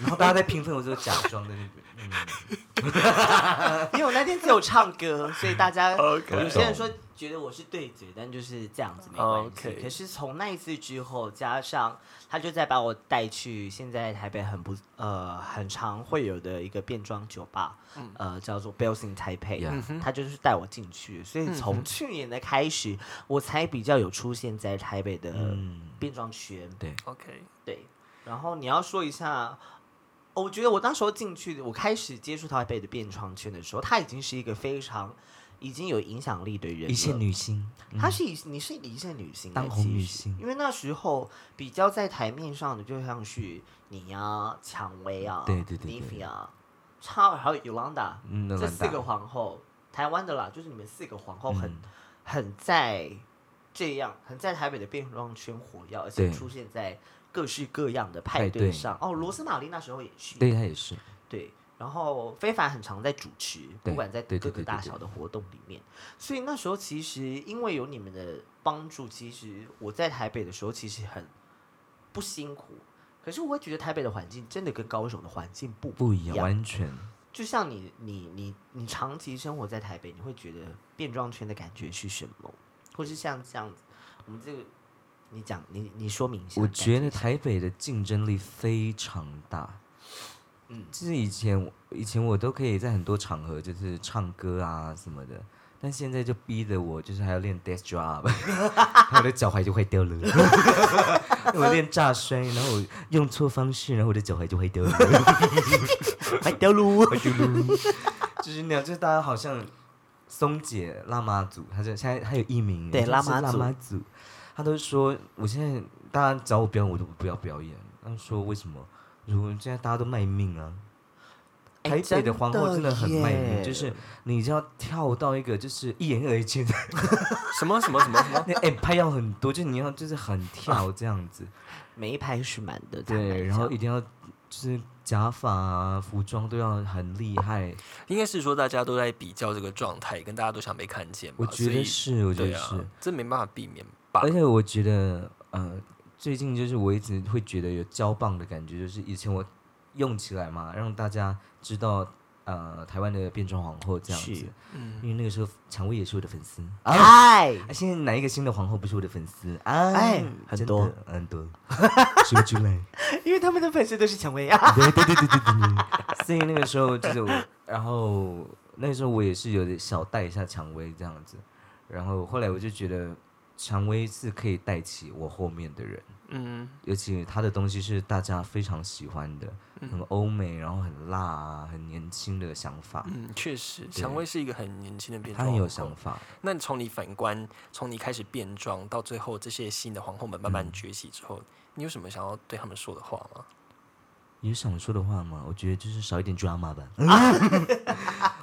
Speaker 3: 然后大家在评分，我就假装的那个，嗯，
Speaker 4: 因为我那天只有唱歌，所以大家
Speaker 5: OK
Speaker 4: 有些人说觉得我是对嘴，但就是这样子没关系。
Speaker 5: OK
Speaker 4: 可是从那一次之后，加上他就再把我带去现在台北很不呃很常会有的一个变装酒吧，呃叫做 Bells in Taipei，、嗯
Speaker 3: Yeah
Speaker 4: 他就是带我进去，所以从去年的开始，我才比较有出现在台北的
Speaker 3: 嗯
Speaker 4: 变装圈。
Speaker 3: 对，
Speaker 5: OK，
Speaker 4: 对，然后你要说一下，哦我觉得我当时候进去，我开始接触台北的变装圈的时候，他已经是一个非常已经有影响力的人了，
Speaker 3: 嗯一线女星，
Speaker 4: 她是以你是一线女星的，
Speaker 3: 当红
Speaker 4: 其
Speaker 3: 女
Speaker 4: 实
Speaker 3: 星
Speaker 4: 因为那时候比较在台面上的，就像是你啊、蔷薇啊、
Speaker 3: 对对对对
Speaker 4: Nivea 啊、超还有 Yolanda
Speaker 3: 嗯，那
Speaker 4: 这
Speaker 3: 兰
Speaker 4: 四个
Speaker 3: 达，
Speaker 4: 皇后，台湾的啦，就是你们四个皇后很、
Speaker 3: 嗯
Speaker 4: 很在这样，很在台北的变装圈火药，而且
Speaker 3: 对
Speaker 4: 出现在各式各样的
Speaker 3: 派
Speaker 4: 派对
Speaker 3: 对
Speaker 4: 上。哦，罗斯玛丽那时候也是，
Speaker 3: 对她也是，
Speaker 4: 对然后非凡很常在主持，
Speaker 3: 对
Speaker 4: 不管在
Speaker 3: 对对
Speaker 4: 各
Speaker 3: 对
Speaker 4: 个
Speaker 3: 对
Speaker 4: 大
Speaker 3: 对
Speaker 4: 小的活动里面，所以那时候其实因为有你们的帮助，其实我在台北的时候其实很不辛苦。可是我会觉得台北的环境真的跟高雄的环境不
Speaker 3: 不
Speaker 4: 一
Speaker 3: 一样，
Speaker 4: 样，
Speaker 3: 完全
Speaker 4: 就像你你你你长期生活在台北，你会觉得变装圈的感觉是什么？或是像这样子，我们这个你讲你你说明一下。
Speaker 3: 我
Speaker 4: 感
Speaker 3: 觉得
Speaker 4: 一下
Speaker 3: 台北的竞争力非常大。嗯，就是以前我以前我都可以在很多场合就是唱歌啊什么的，但现在就逼得我就是还要练 desk job，我的脚踝就坏掉了。 我练炸摔，然后我用错方式，然后我的脚踝就坏掉了，坏掉了，坏掉了，就是那样，就是大家好像松姐辣妈组，她这现在她有艺名耶，
Speaker 4: 对
Speaker 3: 就是
Speaker 4: 辣妈
Speaker 3: 辣
Speaker 4: 组
Speaker 3: 妈组，她都说我现在大家找我表演，我都不要表演。她说为什么？如果现在大家都卖命啊。
Speaker 4: 哎
Speaker 3: 台北的皇后真的很卖
Speaker 4: 真的
Speaker 3: 命，
Speaker 4: 耶
Speaker 3: 就是你就要跳到一个就是一言而尽，
Speaker 5: 什么什么什么什么？
Speaker 3: 那哎拍要很多，就你要就是很跳这样 子，
Speaker 4: 每一拍是满的，坦白
Speaker 3: 对，然后
Speaker 4: 讲
Speaker 3: 一定要就是假发啊、服装都要很厉害，
Speaker 5: 应该是说大家都在比较这个状态，跟大家都想被看见吧。
Speaker 3: 我觉得
Speaker 5: 哦所
Speaker 3: 是，我
Speaker 5: 以，
Speaker 3: 觉
Speaker 5: 对
Speaker 3: 得是，呃
Speaker 5: 啊，这没办法避免吧
Speaker 3: 而。且我觉得，呃，最近就是我一直会觉得有交棒的感觉，就是以前我用起来嘛，让大家知道，呃，台湾的变装皇后这样
Speaker 4: 是
Speaker 3: 子，
Speaker 5: 嗯
Speaker 3: 因为那个时候蔷薇也是我的粉丝啊。
Speaker 4: 哎，
Speaker 3: 啊现在哪一个新的皇后不是我的粉丝？啊
Speaker 4: 哎很
Speaker 3: 真的
Speaker 4: 多
Speaker 3: 很多， 说不出来。
Speaker 4: 因为他们的粉丝都是蔷薇啊，
Speaker 3: 对对对对对对对。 所以那个时候就是我，然后那个时候我也是有点小带一下蔷薇这样子，然后后来我就觉得蔷薇是可以带起我后面的人，
Speaker 5: 嗯，
Speaker 3: 尤其她的东西是大家非常喜欢的，
Speaker 5: 嗯
Speaker 3: 很欧美，然后很辣啊，很年轻的想法，
Speaker 5: 嗯，确实，蔷薇是一个很年轻的变
Speaker 3: 她
Speaker 5: 装，
Speaker 3: 很有想。法。
Speaker 5: 那你从你反观，从你开始变装到最后，这些新的皇后们慢慢崛起之后，你有什么想要对他们说的话吗？
Speaker 3: 有想说的话吗？我觉得就是少一点 drama 吧。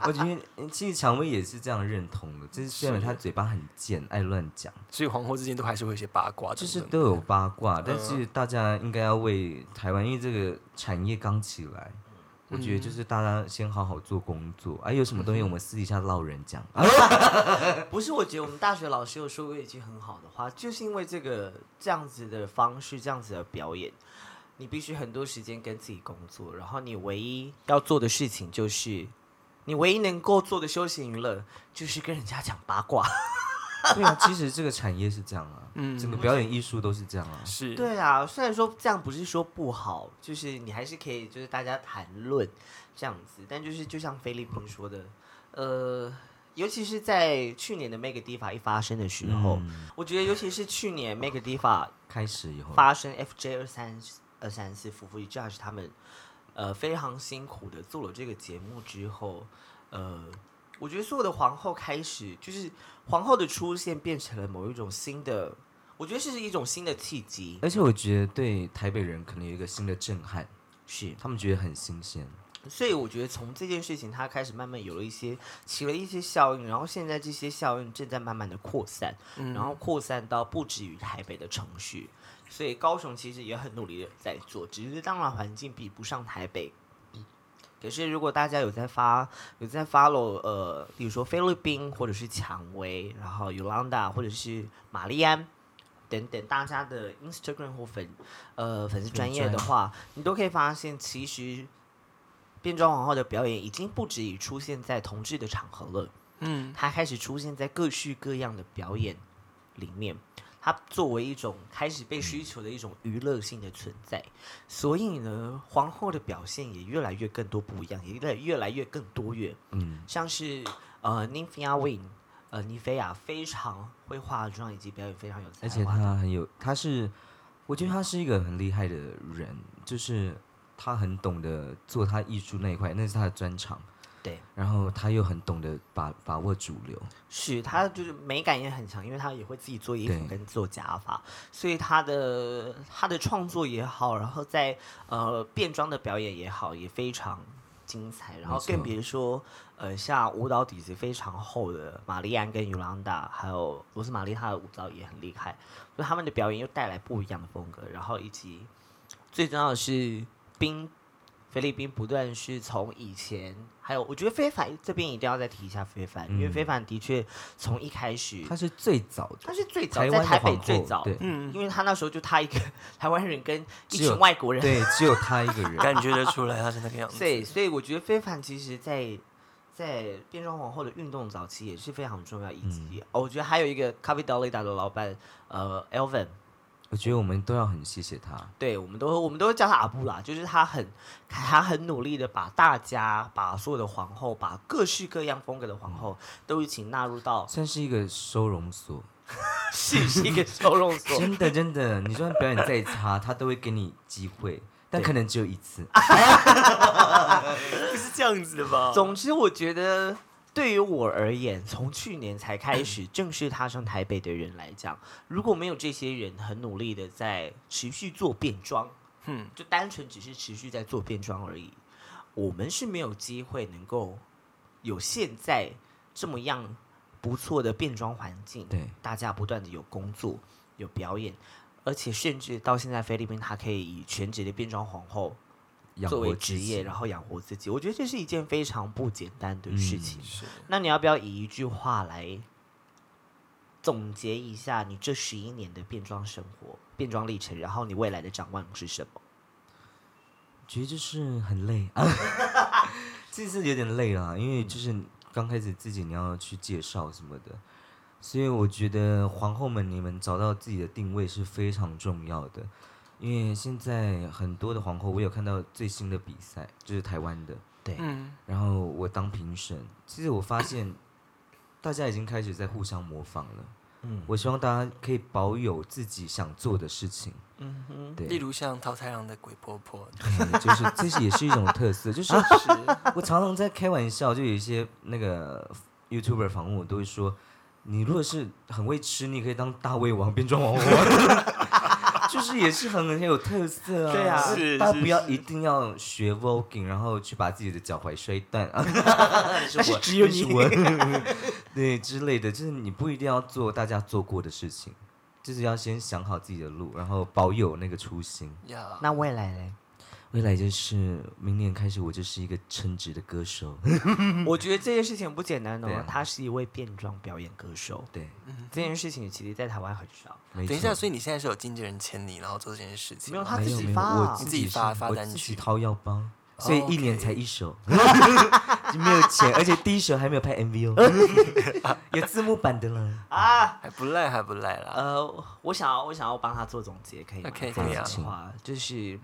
Speaker 3: 我觉得其实蔷薇也是这样认同的，就是虽然她嘴巴很贱，爱乱讲。
Speaker 5: 所以皇后之间都还是会有一些八卦等等，
Speaker 3: 就是都有八卦，但是
Speaker 5: 嗯
Speaker 3: 大家应该要为台湾，因为这个产业刚起来，我觉得
Speaker 5: 嗯
Speaker 3: 就是大家先好好做工作，啊，有什么东西我们私底下捞人讲。啊
Speaker 4: 不是，我觉得我们大学老师有说过一句很好的话，就是因为这个这样子的方式，这样子的表演，你必须很多时间跟自己工作，然后你唯一要做的事情就是，你唯一能够做的休闲娱乐就是跟人家讲八卦。
Speaker 3: 对啊，其实这个产业是这样啊，
Speaker 4: 嗯
Speaker 3: 整个表演艺术都是这样啊。
Speaker 5: 是，
Speaker 4: 对啊，虽然说这样不是说不好，就是你还是可以就是大家谈论这样子，但就是就像菲律宾说的，呃，尤其是在去年的 Mega Diva 一发生的时
Speaker 3: 然
Speaker 4: 候，
Speaker 3: 后
Speaker 4: 我觉得尤其是去年 Mega Diva
Speaker 3: 开始以后，
Speaker 4: 发生 FJ 二三二三四夫妇 Judge 他们呃非常辛苦的做了这个节目之后，呃，我觉得所有的皇后开始就是皇后的出现变成了某一种新的，我觉得是一种新的契机，
Speaker 3: 而且我觉得对台北人可能有一个新的震撼，
Speaker 4: 是。
Speaker 3: 他们觉得很新鲜。
Speaker 4: 所以我觉得从这件事情，它开始慢慢有了一些起了一些效应，然后现在这些效应正在慢慢的扩散，然后扩散到不止于台北的城市，所以高雄其实也很努力的在做，只是当然环境比不上台北。嗯可是如果大家有在发有在 follow 呃，比如说菲律宾或者是蔷薇，然后 Yolanda 或者是玛丽安。等等，大家的 Instagram 或粉呃粉丝专业的话，你都可以发现，其实变装皇后的表演已经不止于出现在同志的场合了，嗯，她开始出现在各式各样的表演里面，它作为一种开始被需求的一种娱乐性的存在，所以呢，皇后的表现也越来越更多不一样，也越来越来越更多元，
Speaker 3: 嗯，
Speaker 4: 像是呃 Nymphia Win，呃妮菲亚非常会化妆以及表演非常有才
Speaker 3: 而且
Speaker 4: 华，
Speaker 3: 他很有，他是，我觉得他是一个很厉害的人，就是他很懂得做他艺术那一块，那是他的专长。
Speaker 4: 对，
Speaker 3: 然后他又很懂得把把握主流，
Speaker 4: 是他就是美感也很强，因为他也会自己做衣服
Speaker 3: 对
Speaker 4: 跟做假发，所以他的他的创作也好，然后在呃变装的表演也好，也非常精彩。然后
Speaker 3: 没错
Speaker 4: 更别说呃像舞蹈底子非常厚的玛丽安跟尤兰达，还有罗斯玛丽，她的舞蹈也很厉害，所以他们的表演又带来不一样的风格，然后以及最重要的是冰菲律宾不断是从以前，还有我觉得非凡这边一定要再提一下非凡，因为非凡的确从一开始，
Speaker 3: 嗯他是最早的
Speaker 4: 他是最早
Speaker 3: 台
Speaker 4: 在
Speaker 3: 湾
Speaker 4: 台
Speaker 3: 的
Speaker 4: 北
Speaker 3: 皇
Speaker 4: 最
Speaker 3: 后，
Speaker 4: 早，
Speaker 3: 对
Speaker 5: 嗯
Speaker 4: 因为他那时候就他一个 台湾人跟一
Speaker 3: 只有
Speaker 4: 群外国人，
Speaker 3: 对，只有他一个人。
Speaker 5: 感觉得出来她是那个样子。
Speaker 4: 对，所以我觉得非凡其实在在变装皇后的运动早期也是非常重要，以及、
Speaker 3: 嗯
Speaker 4: 哦，我觉得还有一个 Coffee Dolita 的老板呃 Elvin，
Speaker 3: 我觉得我们都要很谢谢他，
Speaker 4: 对，我们都我们都会叫他阿布啦，就是他很他很努力的把大家、把所有的皇后、把各式各样风格的皇后都一起纳入到
Speaker 3: 算是一个收容所，
Speaker 4: 是是一个收容所。
Speaker 3: 真的真的，你就算表演再差，他都会给你机会，但可能只有
Speaker 4: 啊
Speaker 3: 一次。
Speaker 5: 是这样子的吧？
Speaker 4: 总之，我觉得对于我而言，从去年才开始 正式踏上台北的人来讲，如果没有这些人很努力的在持续做变装，
Speaker 5: 嗯，
Speaker 4: 就单纯只是持续在做变装而已，我们是没有机会能够有现在这么样不错的变装环境。
Speaker 3: 对，
Speaker 4: 大家不断的有工作、有表演，而且甚至到现在菲律宾，她可以以全职的变装皇后
Speaker 3: 养
Speaker 4: 作为
Speaker 3: 活自
Speaker 4: 职业，
Speaker 3: 己
Speaker 4: 然后养活自己。我觉得这是一件非常不简单的事
Speaker 3: 嗯
Speaker 4: 情。
Speaker 5: 是
Speaker 4: 那你要不要以一句话来总结一下你这十一年的变装生活、变装历程，然后你未来的展望是什么？
Speaker 3: 觉得就是很累 啊，这次有点累了，因为就是刚开始自己你要去介绍什么的，所以我觉得皇后们你们找到自己的定位是非常重要的，因为现在很多的皇后，我有看到最新的比赛就是台湾的，
Speaker 4: 对，
Speaker 5: 嗯，
Speaker 3: 然后我当评审，其实我发现大家已经开始在互相模仿了，
Speaker 4: 嗯
Speaker 3: 我希望大家可以保有自己想做的事情，
Speaker 4: 嗯哼，
Speaker 3: 对，
Speaker 5: 例如像桃太郎的鬼婆婆，
Speaker 3: 嗯就是这是也是一种特色， 就是我常常在开玩笑，就有一些那个 YouTuber 访问我，都会说，你如果是很会吃，你可以当大胃王、变装王 后，就是也是很很有特色啊。
Speaker 4: 对啊
Speaker 5: 是
Speaker 3: 大家
Speaker 5: 是
Speaker 3: 不要一定要学 voguing，然后去把自己的脚踝摔断 啊，那是我，
Speaker 4: 只有
Speaker 3: 那是
Speaker 4: 你
Speaker 3: 我 对之类的，就是你不一定要做大家做过的事情。就是要先想好自己的路，然后保有那个初心。
Speaker 5: 呀，
Speaker 4: 那未来嘞？
Speaker 3: 未来就是明年开始，我就是一个称职的 歌手。
Speaker 4: 我觉得这件事情不简单
Speaker 3: 对
Speaker 4: 哦
Speaker 3: 啊，
Speaker 4: 她是一位变装表演歌手，
Speaker 3: 对，
Speaker 4: 这件事情其实在台湾很少。
Speaker 3: 没
Speaker 5: 等一
Speaker 3: 错
Speaker 5: 下，所以你现在是有经纪人签你，然后做这件事情
Speaker 4: 没有
Speaker 5: 吗
Speaker 4: 他
Speaker 3: 没
Speaker 4: 自
Speaker 3: 有
Speaker 4: 己
Speaker 3: 没有
Speaker 4: 发
Speaker 3: 我
Speaker 4: 啊
Speaker 3: 自
Speaker 5: 你自己
Speaker 3: 己
Speaker 5: 发
Speaker 3: 是
Speaker 5: 发
Speaker 3: 我
Speaker 5: 单
Speaker 3: 自己
Speaker 5: 曲哦
Speaker 3: 掏腰包，所以一年
Speaker 5: OK
Speaker 3: 才一首，就 没有钱，而且第一首还没有拍 MV 哦， 有字幕版的了。
Speaker 5: 还不赖，还不赖啦。
Speaker 4: 啊呃，我想要我想要帮他做总结，可以吗？
Speaker 5: OK，
Speaker 4: 这样
Speaker 5: 可以啊
Speaker 4: 子的话就是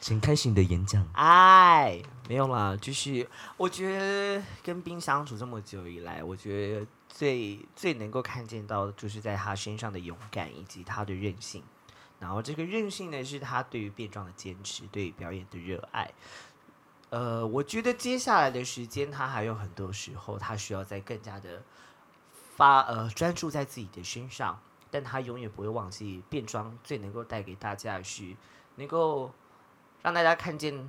Speaker 3: 请开始你的演讲。
Speaker 4: 哎，没有啦，就是我觉得跟冰相处这么久以来，我觉得最最能够看见到，就是在他身上的勇敢以及他的韧性。然后这个韧性呢，是他对于变装的坚持，对于表演的热爱。呃，我觉得接下来的时间，他还有很多时候，他需要在更加的发呃专注在自己的身上，但他永远不会忘记变装最能够带给大家的是能够让大家看见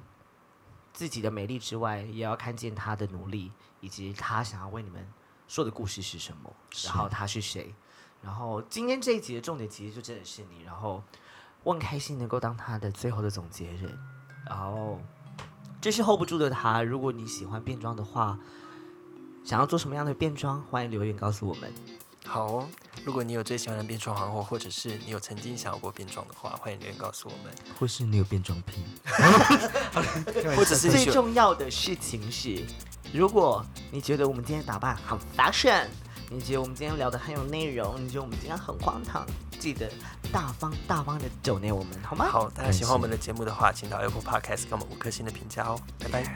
Speaker 4: 自己的美丽之外，也要看见他的努力，以及他想要为你们说的故事是什么，然后他是谁。然后今天这一集的重点其实就真的是你，然后我很开心能够当他的最后的总结人，然后这是 hold 不住的他。如果你喜欢变装的话，想要做什么样的变装，欢迎留言告诉我们。
Speaker 5: 好哦，如果你有最喜欢的变装皇后，或者是你有曾经想要过变装的话，欢迎留言告诉我们。
Speaker 3: 或是你有变装癖，
Speaker 5: 或者是
Speaker 4: 最
Speaker 5: 你有
Speaker 4: 重要的事情是，如果你觉得我们今天打扮很 fashion，你觉得我们今天聊的很有内容，你觉得我们今天很荒唐，记得大方大方的走内我们，好吗？
Speaker 5: 好，大家喜欢我们的节目的话，请到 Apple Podcast 给我们五颗星的评价哦，拜拜。